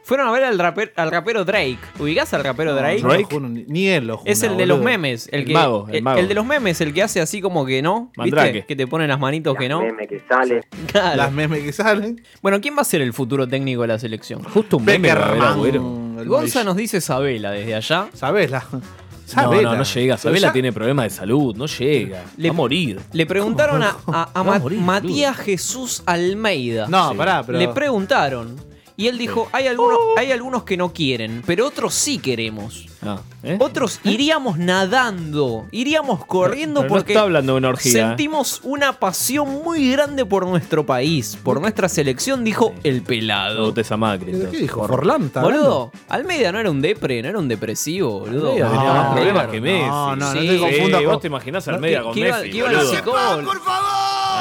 Speaker 9: Fueron a ver al, raper- al rapero Drake. ¿Ubicás al rapero Drake?
Speaker 7: No, no lo juro, ni, ni él lo jura,
Speaker 9: Es el de los
Speaker 7: boludo.
Speaker 9: memes. El,
Speaker 7: El
Speaker 9: que,
Speaker 7: mago, el mago.
Speaker 9: de los memes, el que hace así como que no. ¿Viste?
Speaker 7: Mandrake.
Speaker 9: Que te pone las manitos que no.
Speaker 1: que sale.
Speaker 9: Claro.
Speaker 7: Las memes que salen.
Speaker 9: Bueno, ¿quién va a ser el futuro técnico de la selección? Justo
Speaker 10: un meme va a haber, Agüero.
Speaker 7: el
Speaker 9: Gonza
Speaker 7: Mauricio.
Speaker 9: nos dice Sabela desde allá.
Speaker 7: Sabela.
Speaker 10: No,
Speaker 9: Sabela.
Speaker 10: no, no llega.
Speaker 9: Pero
Speaker 10: Sabela
Speaker 9: ya-
Speaker 10: tiene problemas de salud, no llega.
Speaker 9: Le-
Speaker 10: va a morir.
Speaker 9: Le preguntaron a, a- a
Speaker 10: Va a
Speaker 9: Ma-
Speaker 10: morir,
Speaker 9: Matías Jesús Almeida.
Speaker 10: No, pará, pero-
Speaker 9: Le preguntaron. Y él dijo, hay, algunos, hay algunos que no quieren, pero otros sí queremos.
Speaker 10: Ah,
Speaker 9: Otros iríamos nadando, iríamos corriendo
Speaker 10: Pero no
Speaker 9: porque
Speaker 10: está hablando de una orgía, ¿eh?
Speaker 9: sentimos una pasión muy grande por nuestro país, por nuestra selección, dijo el pelado.
Speaker 10: esa madre.
Speaker 7: ¿Qué dijo? Forlán, está
Speaker 9: Boludo, Almeida no era un depre, no era un depresivo, boludo.
Speaker 10: Ah,
Speaker 7: Ah,
Speaker 10: Almeida tenía más problemas que Messi.
Speaker 9: No, no, no
Speaker 10: Sí,
Speaker 9: te confundas
Speaker 10: Vos
Speaker 9: con-
Speaker 10: te imaginás a
Speaker 9: No,
Speaker 10: Almeida
Speaker 9: que-
Speaker 10: con
Speaker 9: que iba-
Speaker 10: Messi,
Speaker 9: que iba a la
Speaker 10: boludo.
Speaker 9: psicóloga.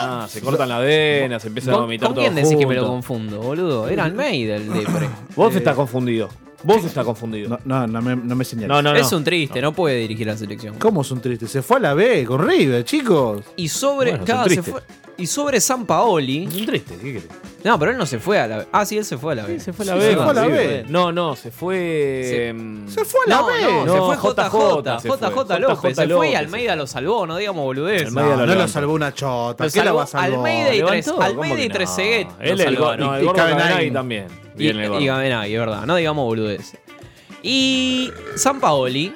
Speaker 10: Ah, se cortan las venas, se empiezan a
Speaker 9: ¿Con-
Speaker 10: vomitar
Speaker 9: ¿Con
Speaker 10: todo
Speaker 9: quién decís que me lo
Speaker 10: junto.
Speaker 9: confundo, boludo? Era Almeida el depre.
Speaker 10: Vos
Speaker 9: Eh,
Speaker 10: estás confundido. Vos estás confundido.
Speaker 7: No, no, no me, no me señales.
Speaker 10: No, no,
Speaker 9: Es un triste, no puede dirigir la selección.
Speaker 7: ¿Cómo es un triste? Se fue a la B con River, chicos.
Speaker 9: Y sobre.
Speaker 7: Bueno,
Speaker 9: claro,
Speaker 7: son
Speaker 9: se
Speaker 7: tristes.
Speaker 9: fue- y sobre San Paoli.
Speaker 10: triste, ¿qué crees?
Speaker 9: No, pero él no se fue a la B. Ah, sí, él se fue a la B.
Speaker 10: se fue
Speaker 7: a la B, se fue a la B.
Speaker 10: No, no, se fue. Se,
Speaker 7: fue
Speaker 9: Eh, No, no,
Speaker 10: No,
Speaker 9: se fue JJ, JJ,
Speaker 10: se fue.
Speaker 9: López. Se fue y
Speaker 10: López.
Speaker 9: Almeida lo salvó, no digamos boludez.
Speaker 7: No, no lo salvó una chota.
Speaker 9: Lo
Speaker 7: ¿Qué la
Speaker 9: salvó
Speaker 7: va a salvar?
Speaker 9: Almeida y, tres,
Speaker 7: Levantó, ¿cómo
Speaker 9: Almeida
Speaker 7: que
Speaker 9: y
Speaker 7: no?
Speaker 9: Trezeguet.
Speaker 10: Él,
Speaker 9: lo
Speaker 10: el
Speaker 9: salvaron.
Speaker 10: gordo- no, el Y- y gordo Cabenaghi Cabenaghi también. Bien, el gordo.
Speaker 9: Y, y Cabenaghi, es verdad. No digamos boludez. Y San Paoli.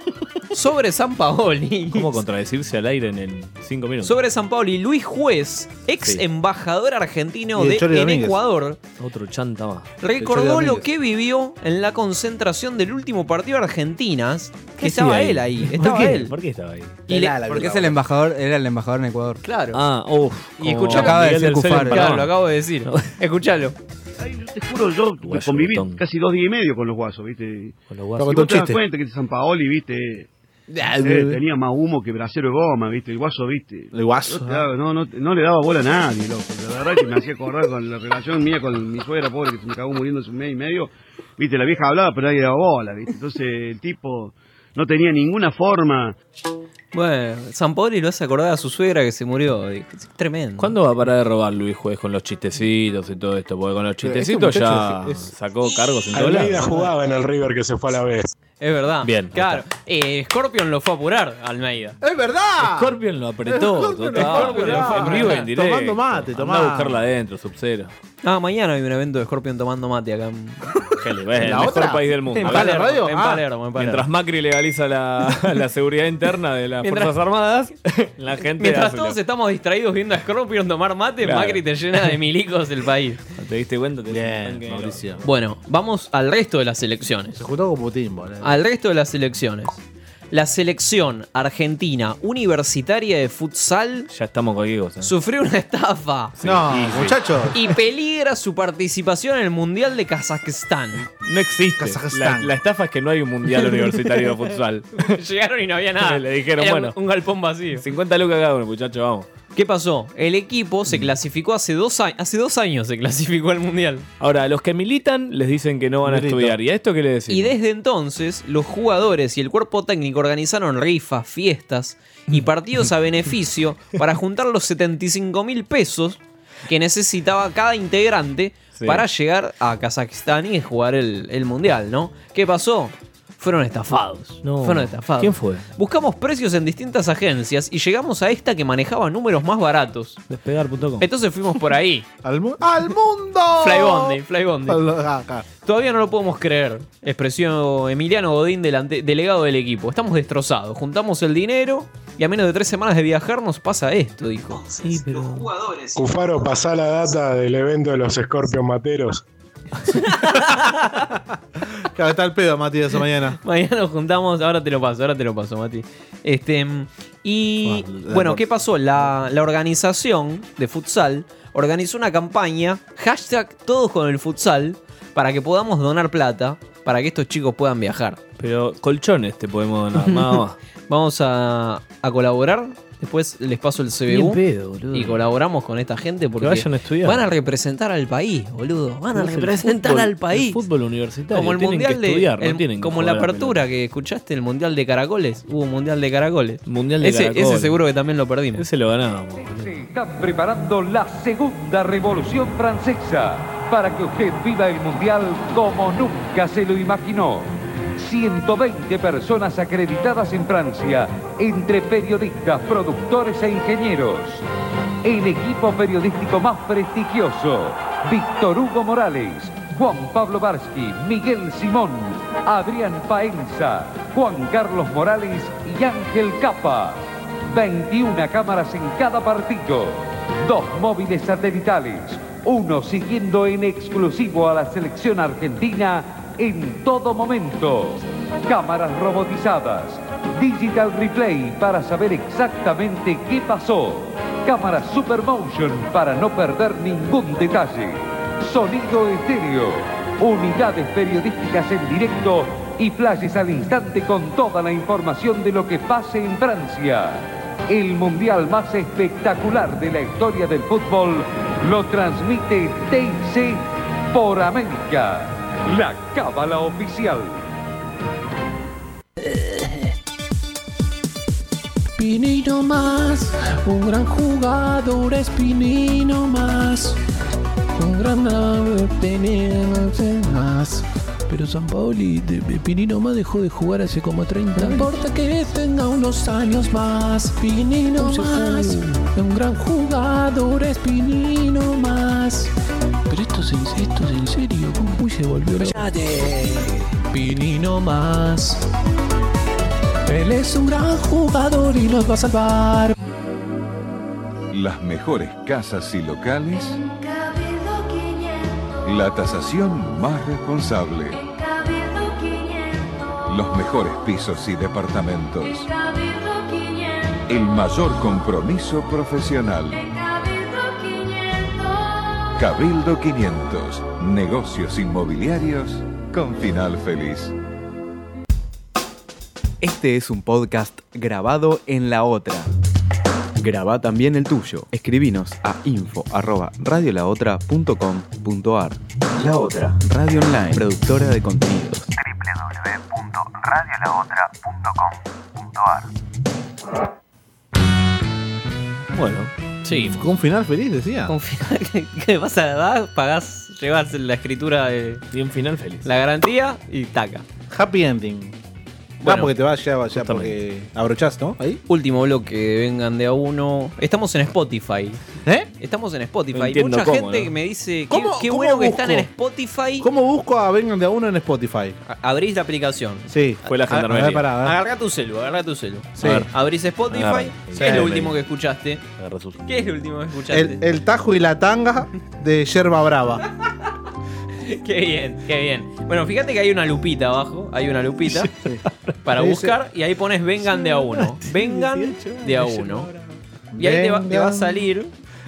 Speaker 9: sobre San Paoli.
Speaker 10: ¿Cómo contradecirse al aire en el 5 minutos?
Speaker 9: Sobre San Paoli, Luis Juez, ex
Speaker 10: Sí.
Speaker 9: embajador argentino
Speaker 10: Y el
Speaker 9: de,
Speaker 10: Chori
Speaker 9: en
Speaker 10: Domínguez.
Speaker 9: Ecuador,
Speaker 10: Otro chanta más.
Speaker 9: recordó lo que vivió en la concentración del último partido de Argentinas. Que estaba él ahí, estaba
Speaker 10: ¿Por qué?
Speaker 9: él.
Speaker 10: ¿Por qué estaba ahí?
Speaker 9: Y le-
Speaker 12: Porque es el embajador, era el embajador en Ecuador.
Speaker 9: Claro.
Speaker 10: Ah, uff.
Speaker 9: Y escuchá
Speaker 12: Acaba de
Speaker 9: Miguel
Speaker 12: decir
Speaker 9: del Cel
Speaker 12: Cufaro.
Speaker 9: en Paraná. Claro, lo acabo de decir. Escuchalo.
Speaker 23: Te juro, yo conviví casi dos días y medio con los guasos, ¿viste? Con los guasos. Y vos
Speaker 19: Contó
Speaker 23: te
Speaker 19: un
Speaker 23: das
Speaker 19: chiste.
Speaker 23: cuenta que este San Paoli, ¿viste?
Speaker 19: Ah,
Speaker 23: Eh,
Speaker 19: bebé.
Speaker 23: tenía más humo que brasero de goma, ¿viste? El guaso, ¿viste? El
Speaker 19: guaso,
Speaker 23: No, te
Speaker 19: ah.
Speaker 23: daba- no, no, no le daba bola a nadie, loco. La verdad que me hacía acordar con la relación mía con mi suegra, pobre, que se me acabó muriendo hace un mes y medio. ¿Viste? La vieja hablaba, pero nadie daba bola, ¿viste? Entonces el tipo no tenía ninguna forma.
Speaker 9: Bueno, San Paoli lo hace acordar a su suegra que se murió. Es tremendo.
Speaker 10: ¿Cuándo va a parar de robar Luis Juez con los chistecitos y todo esto? Porque con los
Speaker 9: Pero este
Speaker 10: chistecitos ya
Speaker 9: muchacho es- es-
Speaker 10: sacó cargos en dólares.
Speaker 11: Almeida jugaba en el River que se fue a la vez.
Speaker 9: Es verdad.
Speaker 10: Bien,
Speaker 9: Claro. Eh, Scorpion lo fue a apurar a Almeida.
Speaker 7: ¡Es verdad!
Speaker 10: Scorpion lo apretó.
Speaker 7: Scorpion
Speaker 10: total,
Speaker 7: lo apretó.
Speaker 10: pero en vivo y en directo.
Speaker 7: Tomando mate,
Speaker 10: Andá
Speaker 7: tomá.
Speaker 10: a buscarla adentro, sub-cero.
Speaker 9: Ah, mañana hay un evento de Scorpion tomando mate acá en,
Speaker 10: Qué le- El mejor país del mundo.
Speaker 9: En
Speaker 10: Hablando-
Speaker 9: Palermo,
Speaker 10: radio?
Speaker 9: en
Speaker 10: Ah.
Speaker 9: Palermo, en Palermo.
Speaker 10: Mientras Macri legaliza la, la seguridad interna de las
Speaker 9: Mientras-
Speaker 10: Fuerzas Armadas, la gente
Speaker 9: Mientras
Speaker 10: hace lo-
Speaker 9: todos estamos distraídos viendo a Scorpion tomar mate,
Speaker 10: Claro.
Speaker 9: Macri te llena de milicos el país.
Speaker 10: ¿Te diste cuenta?
Speaker 7: Bien, Mauricio.
Speaker 9: Bueno, vamos al resto de las selecciones.
Speaker 7: Se juntó con Putin, boludo.
Speaker 9: Al resto de las selecciones. La selección argentina universitaria de futsal
Speaker 10: Ya estamos con Diego. ¿eh?
Speaker 9: sufrió una estafa.
Speaker 7: No, Sí, sí. muchacho.
Speaker 9: Y peligra su participación en el Mundial de Kazajstán.
Speaker 10: No existe. La, la estafa es que no hay un mundial universitario de futsal.
Speaker 9: Llegaron y no había nada.
Speaker 10: Le dijeron,
Speaker 9: Era un-
Speaker 10: bueno.
Speaker 9: Un galpón vacío.
Speaker 10: 50 lucas cada uno, muchachos, vamos. Mm.
Speaker 9: ¿Qué pasó? El equipo se clasificó hace dos años. Hace dos años se clasificó al Mundial.
Speaker 10: Ahora, a los que militan les dicen que no van a
Speaker 9: Milito.
Speaker 10: estudiar. ¿Y a esto qué le decimos?
Speaker 9: Y desde entonces, los jugadores y el cuerpo técnico organizaron rifas, fiestas y
Speaker 10: Mm.
Speaker 9: partidos a beneficio para juntar los 75 mil pesos que necesitaba cada integrante
Speaker 10: Sí.
Speaker 9: para llegar a Kazajistán y jugar el, el mundial, ¿no? ¿Qué pasó? Fueron estafados.
Speaker 10: No.
Speaker 9: Fueron estafados.
Speaker 10: ¿Quién fue?
Speaker 9: Buscamos precios en distintas agencias y llegamos a esta que manejaba números más baratos.
Speaker 10: Despegar.com.
Speaker 9: Entonces fuimos por ahí.
Speaker 7: ¡Al, mu- ¡Al mundo!
Speaker 9: Flybondi, Flybondi.
Speaker 7: Al- ah, acá.
Speaker 9: Todavía no lo podemos creer, expresó Emiliano Godín, delante- delegado del equipo. Estamos destrozados, juntamos el dinero y a menos de tres semanas de viajar nos pasa esto, dijo. Sí, pero...
Speaker 11: Cufaro, pasá la data del evento de los Scorpion Materos.
Speaker 7: Claro, está el pedo, Matías, esa mañana.
Speaker 9: Mañana nos juntamos, ahora te lo paso, ahora te lo paso, Mati. Este, mm, y bueno, ¿qué pasó? La, la organización de futsal organizó una campaña, hashtag todos con el futsal, para que podamos donar plata, para que estos chicos puedan viajar.
Speaker 10: Pero colchones te podemos donar, nada más.
Speaker 9: Vamos a, a colaborar. Después les paso el CBU.
Speaker 10: Ni en pedo, boludo.
Speaker 9: y colaboramos con esta gente porque
Speaker 10: vayan a estudiar.
Speaker 9: van a representar al país, boludo. Van a
Speaker 10: Es el
Speaker 9: representar
Speaker 10: fútbol-
Speaker 9: al país.
Speaker 10: el fútbol universitario.
Speaker 9: Como el
Speaker 10: Tienen que
Speaker 9: mundial de.
Speaker 10: estudiar, no
Speaker 9: el-
Speaker 10: tienen que
Speaker 9: como la
Speaker 10: joder,
Speaker 9: apertura que escuchaste, el mundial de caracoles. Hubo un mundial de caracoles.
Speaker 10: Mundial de
Speaker 9: ese,
Speaker 10: Caracoles.
Speaker 9: ese seguro que también lo perdimos.
Speaker 10: Ese lo ganábamos.
Speaker 24: Están preparando la segunda revolución francesa para que usted viva el mundial como nunca se lo imaginó. 120 personas acreditadas en Francia, entre periodistas, productores e ingenieros. El equipo periodístico más prestigioso, Víctor Hugo Morales, Juan Pablo Barsky, Miguel Simón, Adrián Paenza, Juan Carlos Morales y Ángel Capa. 21 cámaras en cada partido, dos móviles satelitales, uno siguiendo en exclusivo a la selección argentina en todo momento. Cámaras robotizadas, digital replay para saber exactamente qué pasó, cámaras super motion para no perder ningún detalle. Sonido estéreo. Unidades periodísticas en directo y flashes al instante con toda la información de lo que pase en Francia. El mundial más espectacular de la historia del fútbol lo transmite TIC por América, la cábala oficial.
Speaker 6: Pinino más, un gran jugador es Pinino más. Un gran ave, Pinino más. Pero San Paoli, de- de Pinino más dejó de jugar hace como 30 No años. importa que tenga unos años más, Pinino Se fue. más. Un gran jugador es Pinino más. Pero esto es en, esto es en serio, Uy, se volvió loco. Pinino más. Él es un gran jugador y nos va a salvar.
Speaker 25: Las mejores casas y locales, la tasación más responsable, los mejores pisos y departamentos, el mayor compromiso profesional. Cabildo 500, negocios inmobiliarios con final feliz.
Speaker 1: Este es un podcast grabado en la otra. Graba también el tuyo. Escribinos a info@radiolaotra.com.ar. La otra, radio online, productora de contenidos.
Speaker 26: www.radiolaotra.com.ar
Speaker 1: Bueno,
Speaker 9: Sí.
Speaker 1: con final feliz decía.
Speaker 9: Con final, ¿qué, qué vas a dar? Pagás, llevas la escritura de.
Speaker 10: Y un final feliz.
Speaker 9: La garantía y taca.
Speaker 7: Happy ending.
Speaker 9: Bueno,
Speaker 7: ah, porque te vas ya, ya porque abrochás, ¿no? Ahí.
Speaker 9: Último bloque de Vengan de a uno. Estamos en Spotify.
Speaker 7: ¿Eh?
Speaker 9: Estamos en Spotify.
Speaker 7: No entiendo
Speaker 9: Mucha
Speaker 7: cómo,
Speaker 9: gente
Speaker 7: ¿no?
Speaker 9: que me dice qué,
Speaker 7: ¿Cómo-
Speaker 9: qué
Speaker 7: cómo
Speaker 9: bueno que
Speaker 7: busco?
Speaker 9: están en Spotify.
Speaker 7: ¿Cómo busco a Vengan de a uno en Spotify?
Speaker 9: A- Abrís la aplicación.
Speaker 7: Sí. Fue la
Speaker 9: A-
Speaker 7: gendarmería. A ver, pará, a ver.
Speaker 9: Agarrá tu celu, agarrá tu celu.
Speaker 7: Sí.
Speaker 9: A ver, Abrís Spotify.
Speaker 7: Agarra.
Speaker 9: ¿Qué
Speaker 7: Sí.
Speaker 9: es lo
Speaker 7: Sí.
Speaker 9: último que escuchaste? ¿Qué es lo último que escuchaste?
Speaker 7: El, el tajo y la tanga de Yerba Brava.
Speaker 9: Qué bien, qué bien. Bueno, fíjate que hay una lupita abajo, hay una lupita para
Speaker 7: Dice-
Speaker 9: buscar y ahí pones vengan de a uno. Vengan de a uno. Y ahí te va, te va a
Speaker 7: Vengan
Speaker 9: salir.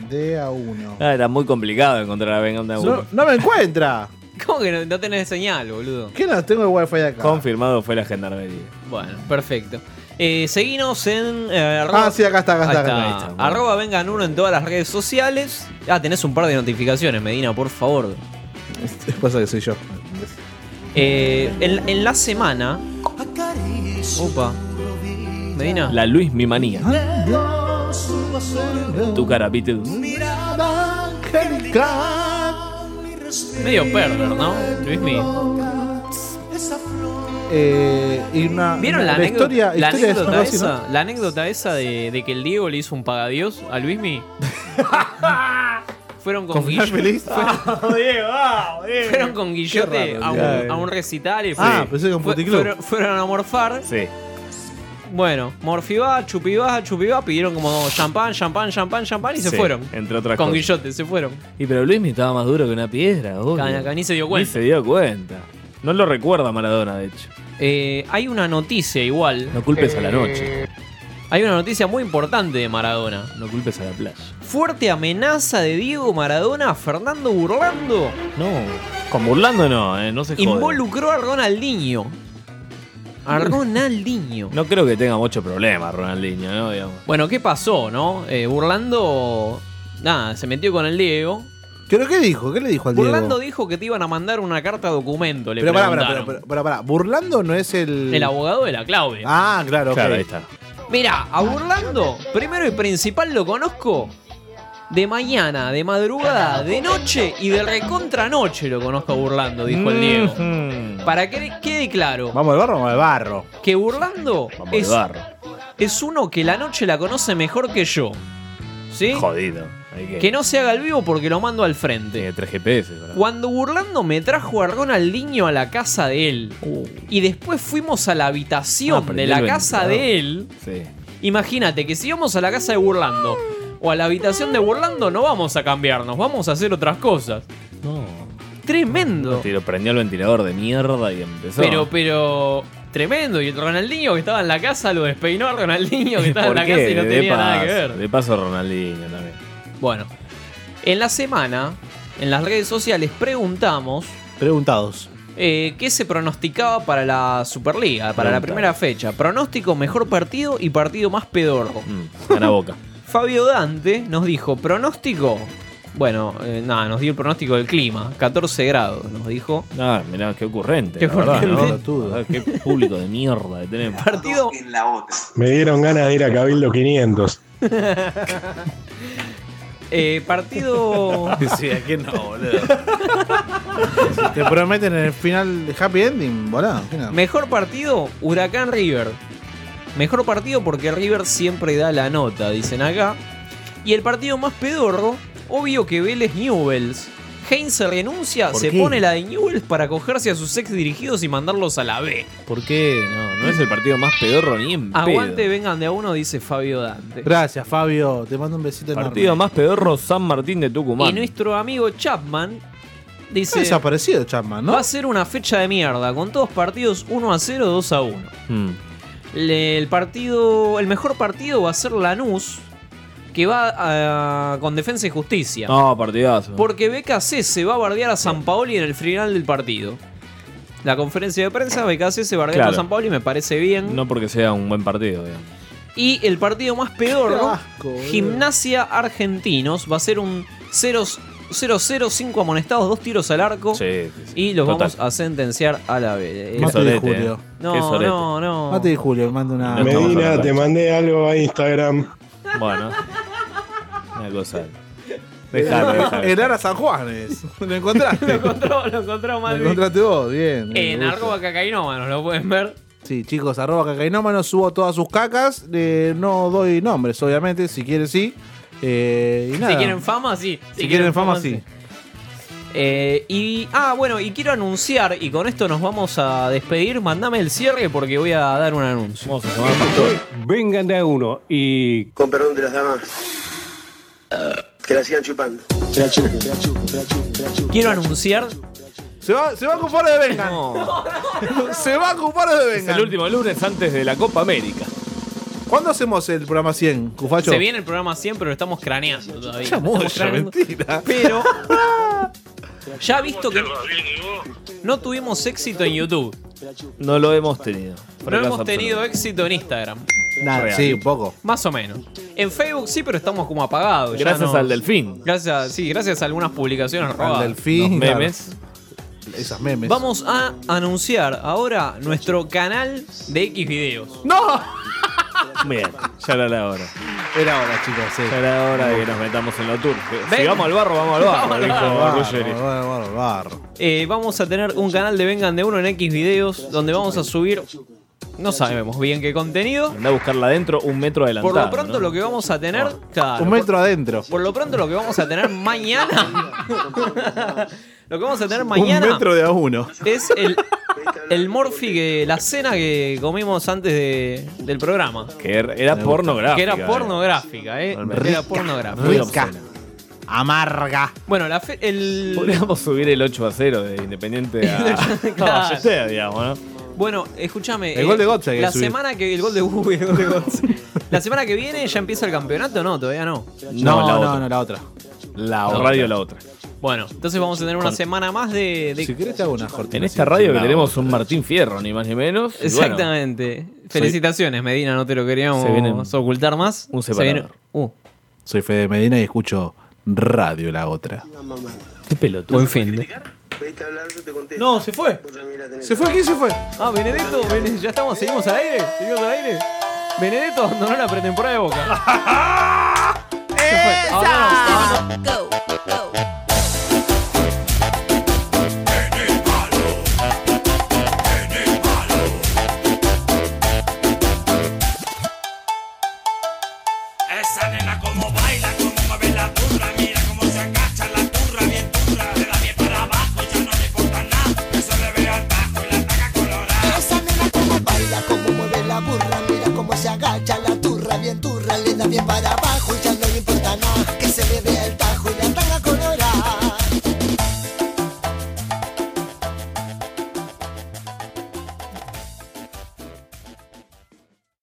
Speaker 7: De a uno.
Speaker 10: Ah, era muy complicado encontrar a Vengan de a
Speaker 7: No,
Speaker 10: uno.
Speaker 7: no me encuentra.
Speaker 9: ¿Cómo que no, no tenés señal, boludo?
Speaker 7: ¿Qué no tengo el wifi acá?
Speaker 10: Confirmado fue la gendarmería.
Speaker 9: Bueno, perfecto. Eh, seguinos en. eh,
Speaker 7: Ah, sí, acá está, acá
Speaker 9: Ahí
Speaker 7: está. acá
Speaker 9: está.
Speaker 7: está.
Speaker 9: Arroba vengan uno en todas las redes sociales. Ah, tenés un par de notificaciones, Medina, por favor.
Speaker 7: Pasa Este, que soy yo.
Speaker 9: Eh, en, en la semana.
Speaker 6: Oh,
Speaker 9: Opa. Medina.
Speaker 10: La Luis Mi Manía. Tu cara, Beatles.
Speaker 6: Mirada angelical, mi respiro.
Speaker 9: Medio perver, ¿no? Luismi.
Speaker 7: Eh, y una,
Speaker 9: ¿Vieron
Speaker 7: una-
Speaker 9: la, anécdota,
Speaker 7: historia,
Speaker 9: la
Speaker 7: historia de San
Speaker 9: anécdota
Speaker 7: Rossi,
Speaker 9: esa,
Speaker 7: ¿no?
Speaker 9: la anécdota esa de, de que el Diego le hizo un pagadiós a Luismi? Fueron con,
Speaker 7: ¿Con final
Speaker 9: Guillo-
Speaker 7: feliz?
Speaker 9: Fueron, Fueron con
Speaker 7: Qué
Speaker 9: Guillote
Speaker 7: raro,
Speaker 9: a un,
Speaker 7: ya, eh.
Speaker 9: a un recital y
Speaker 7: Ah,
Speaker 9: fue-
Speaker 7: pensé que un
Speaker 9: fue-
Speaker 7: puticlub.
Speaker 9: fueron, fueron a morfar.
Speaker 10: Sí.
Speaker 9: Bueno, morfibá, chupibá, chupibá, pidieron como champán, champán, champán, champán y se
Speaker 10: Sí,
Speaker 9: fueron.
Speaker 10: Entre otras
Speaker 9: Con
Speaker 10: cosas.
Speaker 9: Guillote, se fueron.
Speaker 10: Y pero Luis me estaba más duro que una piedra, obvio.
Speaker 9: Canaca, ni se dio cuenta.
Speaker 10: Ni se dio cuenta. No lo recuerda Maradona, de hecho.
Speaker 9: Eh, hay una noticia igual.
Speaker 10: No culpes a la noche.
Speaker 9: Hay una noticia muy importante de Maradona.
Speaker 10: No culpes a la playa.
Speaker 9: Fuerte amenaza de Diego Maradona a Fernando Burlando.
Speaker 10: No. Con burlando no, eh, no se jode.
Speaker 9: Involucró a Ronaldinho. A Ronaldinho.
Speaker 10: No creo que tenga mucho problema Ronaldinho, ¿no? Digamos.
Speaker 9: Bueno, ¿qué pasó, no? Eh, Burlando. Nada, se metió con el Diego.
Speaker 7: ¿Pero qué dijo? ¿Qué le dijo al
Speaker 9: Burlando
Speaker 7: Diego?
Speaker 9: dijo que te iban a mandar una carta documento. Le
Speaker 7: Pero pará, pará,
Speaker 9: preguntaron.
Speaker 7: pará, pará, pará. Burlando no es el.
Speaker 9: El abogado de la Claudia.
Speaker 7: Ah, claro, ok.
Speaker 10: Claro, ahí está.
Speaker 9: Mira, a Burlando, primero y principal lo conozco de mañana, de madrugada, de noche y de recontra noche lo conozco a Burlando, dijo
Speaker 10: Mm.
Speaker 9: el Diego. Para que quede claro
Speaker 7: ¿Vamos al barro o vamos al barro?
Speaker 9: que Burlando
Speaker 10: Vamos al
Speaker 9: es,
Speaker 10: barro.
Speaker 9: es uno que la noche la conoce mejor que yo. ¿Sí?
Speaker 10: Jodido.
Speaker 9: Que no se haga el vivo porque lo mando al frente.
Speaker 10: Tiene tres GPS, ¿verdad?
Speaker 9: Cuando Burlando me trajo a Ronaldinho a la casa de él y después fuimos a la habitación
Speaker 10: Uh. Ah,
Speaker 9: de la
Speaker 10: prendió el
Speaker 9: casa de él,
Speaker 10: Sí.
Speaker 9: imagínate que si vamos a la casa de Burlando o a la habitación de Burlando no vamos a cambiarnos, vamos a hacer otras cosas.
Speaker 10: No.
Speaker 9: Tremendo.
Speaker 10: Te lo prendió el ventilador de mierda y empezó.
Speaker 9: Pero, pero, tremendo. Y el Ronaldinho que estaba en la casa lo despeinó a Ronaldinho que estaba en
Speaker 10: ¿Por
Speaker 9: la
Speaker 10: qué?
Speaker 9: casa y no
Speaker 10: De
Speaker 9: tenía nada que
Speaker 10: paso,
Speaker 9: ver.
Speaker 10: De paso Ronaldinho también.
Speaker 9: Bueno, en la semana, en las redes sociales preguntamos. eh,
Speaker 7: Preguntados.
Speaker 9: ¿Qué se pronosticaba para la Superliga, para la
Speaker 10: Preguntado.
Speaker 9: primera fecha? Pronóstico mejor partido y partido más pedorro.
Speaker 10: Mm, Gana Boca.
Speaker 9: Fabio Dante nos dijo, pronóstico. Bueno, eh, nada, nos dio el pronóstico del clima, 14 grados, nos dijo.
Speaker 10: Ah, mirá, qué ocurrente.
Speaker 9: Qué
Speaker 10: la verdad,
Speaker 9: ocurrente.
Speaker 10: ¿no? La verdad, Qué público de mierda que tenemos.
Speaker 9: Partido.
Speaker 11: Me dieron ganas de ir a Cabildo 500.
Speaker 9: Eh, partido.
Speaker 7: Sí, es que no, boludo. Si te prometen en el final de Happy Ending, boludo. ¿qué no?
Speaker 9: Mejor partido, Huracán River. Mejor partido porque River siempre da la nota, dicen acá. Y el partido más pedorro, obvio que Vélez Newells. Heinz renuncia,
Speaker 10: ¿Por
Speaker 9: se
Speaker 10: qué?
Speaker 9: pone la de Newells para cogerse a sus ex dirigidos y mandarlos a la B.
Speaker 10: ¿Por qué? No, no es el partido más pedorro ni en pedo.
Speaker 9: Aguante, vengan de a uno, dice Fabio Dante.
Speaker 7: Gracias, Fabio. Te mando un besito enorme.
Speaker 10: Partido más pedorro San Martín de
Speaker 9: Y
Speaker 10: Tucumán.
Speaker 9: nuestro amigo Chapman
Speaker 7: Está
Speaker 9: dice:
Speaker 7: desaparecido Chapman,
Speaker 9: Va
Speaker 7: ¿no?
Speaker 9: a ser una fecha de mierda, con todos partidos 1 a 0, 2 a 1.
Speaker 10: Mm.
Speaker 9: Le- el partido. El mejor partido va a ser Lanús. Que va ah, con defensa y justicia.
Speaker 10: No, partidazo.
Speaker 9: Porque BKC se va a bardear a San Paoli en el final del partido. La conferencia de prensa, BKC se bardea
Speaker 10: Claro.
Speaker 9: a San Paoli, me parece bien.
Speaker 10: No porque sea un buen partido, digamos.
Speaker 9: Y el partido más
Speaker 7: Qué
Speaker 9: pedorro,
Speaker 7: asco, boludo.
Speaker 9: Gimnasia Argentinos, va a ser un 0-0, 5 amonestados, dos tiros al arco. Y los
Speaker 10: Total. eh.
Speaker 9: vamos a sentenciar a la vez.
Speaker 7: Mate de Julio.
Speaker 9: eh, No, no, no.
Speaker 7: Mate de Julio, manda una.
Speaker 11: Medina, te mandé algo a Instagram.
Speaker 10: Bueno. Una cosa. Dejalo, dejalo.
Speaker 7: El Eh, Ara San Juan es. Lo encontraste. lo
Speaker 9: encontró, lo encontró
Speaker 7: Lo encontraste vos, bien.
Speaker 9: En
Speaker 7: Me gusta.
Speaker 9: arroba cacainómanos, lo pueden ver.
Speaker 7: Sí, chicos, arroba cacainómano, subo todas sus cacas. eh, no doy nombres, obviamente, si quieren sí. Eh, y nada.
Speaker 9: Si quieren fama, sí.
Speaker 7: Si quieren fama, sí.
Speaker 9: Eh, y, ah, bueno, y quiero anunciar, y con esto nos vamos a despedir. Mandame el cierre porque voy a dar un anuncio.
Speaker 14: Vengan de a uno y. Con perdón de las damas. Que la sigan chupando. Que la chupen, que la chupen, que la chupen, que la chupen.
Speaker 9: Quiero anunciar.
Speaker 7: Se va, se va a ocupar de Vengan. se va a ocupar de Vengan.
Speaker 10: Es el último lunes antes de la Copa América.
Speaker 7: ¿Cuándo hacemos el programa 100, Cufacho?
Speaker 9: Se viene el programa 100, pero lo estamos craneando todavía.
Speaker 7: Ya mucho,
Speaker 9: Estamos craneando.
Speaker 7: mentira.
Speaker 9: Pero. ya visto que. No tuvimos éxito en YouTube.
Speaker 10: No lo hemos tenido.
Speaker 9: No hemos tenido éxito en Instagram.
Speaker 7: Nada,
Speaker 10: Real.
Speaker 7: sí, un poco.
Speaker 9: Más o menos. En Facebook sí, pero estamos como apagados. ya
Speaker 10: Gracias
Speaker 9: no-
Speaker 10: al delfín.
Speaker 9: Gracias, sí, gracias a algunas publicaciones robadas.
Speaker 7: delfín,
Speaker 9: Los
Speaker 7: claro.
Speaker 9: memes.
Speaker 7: Esas memes.
Speaker 9: Vamos a anunciar ahora nuestro canal de X videos.
Speaker 7: ¡No!
Speaker 10: Bien, ya era la hora.
Speaker 7: Era hora, chicos, sí.
Speaker 10: Ya era hora de que nos metamos en lo tour. Si
Speaker 9: Ven.
Speaker 10: vamos al barro, vamos al
Speaker 9: Vamos
Speaker 10: barro,
Speaker 9: al
Speaker 10: dijo
Speaker 9: barro.
Speaker 10: Barruggeri.
Speaker 7: Barro, barro, barro.
Speaker 9: Eh, vamos a tener un canal de Vengan de Uno en X videos donde vamos a subir. No sabemos bien qué contenido.
Speaker 10: Andá a buscarla adentro un metro adelantado.
Speaker 9: Por lo pronto
Speaker 10: ¿no?
Speaker 9: lo que vamos a tener. claro,
Speaker 7: Ah. Un metro adentro.
Speaker 9: Por lo pronto lo que vamos a tener mañana. lo que vamos a tener mañana.
Speaker 7: Un metro de a uno.
Speaker 9: Es el, el morfi que. la cena que comimos antes de- del programa.
Speaker 10: Que er- era pornográfica.
Speaker 9: Que era
Speaker 10: eh.
Speaker 9: pornográfica, eh.
Speaker 10: Realmente.
Speaker 9: Era
Speaker 10: Rica,
Speaker 9: pornográfica.
Speaker 10: muy obscena.
Speaker 7: Amarga.
Speaker 9: Bueno, la fe- el.
Speaker 10: Podríamos subir el 8 a 0 de Independiente a
Speaker 9: Claro.
Speaker 10: Caballete, digamos, ¿no?
Speaker 9: Bueno, escúchame. eh,
Speaker 10: El gol de Götze hay que
Speaker 9: La
Speaker 10: subir.
Speaker 9: semana que. El gol de Uy, el gol de Götze. La semana que viene ya empieza el campeonato, no, todavía no.
Speaker 7: No, no, no, la otra.
Speaker 10: La
Speaker 9: otra.
Speaker 10: radio la otra.
Speaker 9: Bueno, entonces vamos a tener una
Speaker 10: Con-
Speaker 9: semana más de. de-
Speaker 7: Si querés te hago una cortina.
Speaker 10: En esta radio que
Speaker 7: La
Speaker 10: tenemos un Martín Fierro, ni más ni menos. y bueno,
Speaker 9: Exactamente. Felicitaciones, Medina, no te lo queríamos
Speaker 10: Se vienen-
Speaker 9: ocultar más.
Speaker 10: un
Speaker 9: Se
Speaker 10: separador.
Speaker 9: viene- Uh,
Speaker 7: Soy Fede Medina y escucho radio la otra.
Speaker 10: Qué pelotudo.
Speaker 9: buen fin. de-
Speaker 1: No, se fue.
Speaker 7: ¿Se fue? ¿Quién se fue?
Speaker 9: Ah, Benedetto, Bene- ya estamos, seguimos al aire, seguimos al aire. Benedetto abandonó la pretemporada de Boca. Se fue. Abandonó, abandonó.
Speaker 6: Esa nena como baila, como mueve la turra, mira cómo se agacha la turra, bien turra, le da bien para abajo, ya no le importa nada, que se le ve al tajo y la taca colorada.
Speaker 13: Esa nena como baila, como mueve la burra, mira cómo se agacha la turra, bien turra, le da bien para abajo, ya no le importa nada, que se le vea el tajo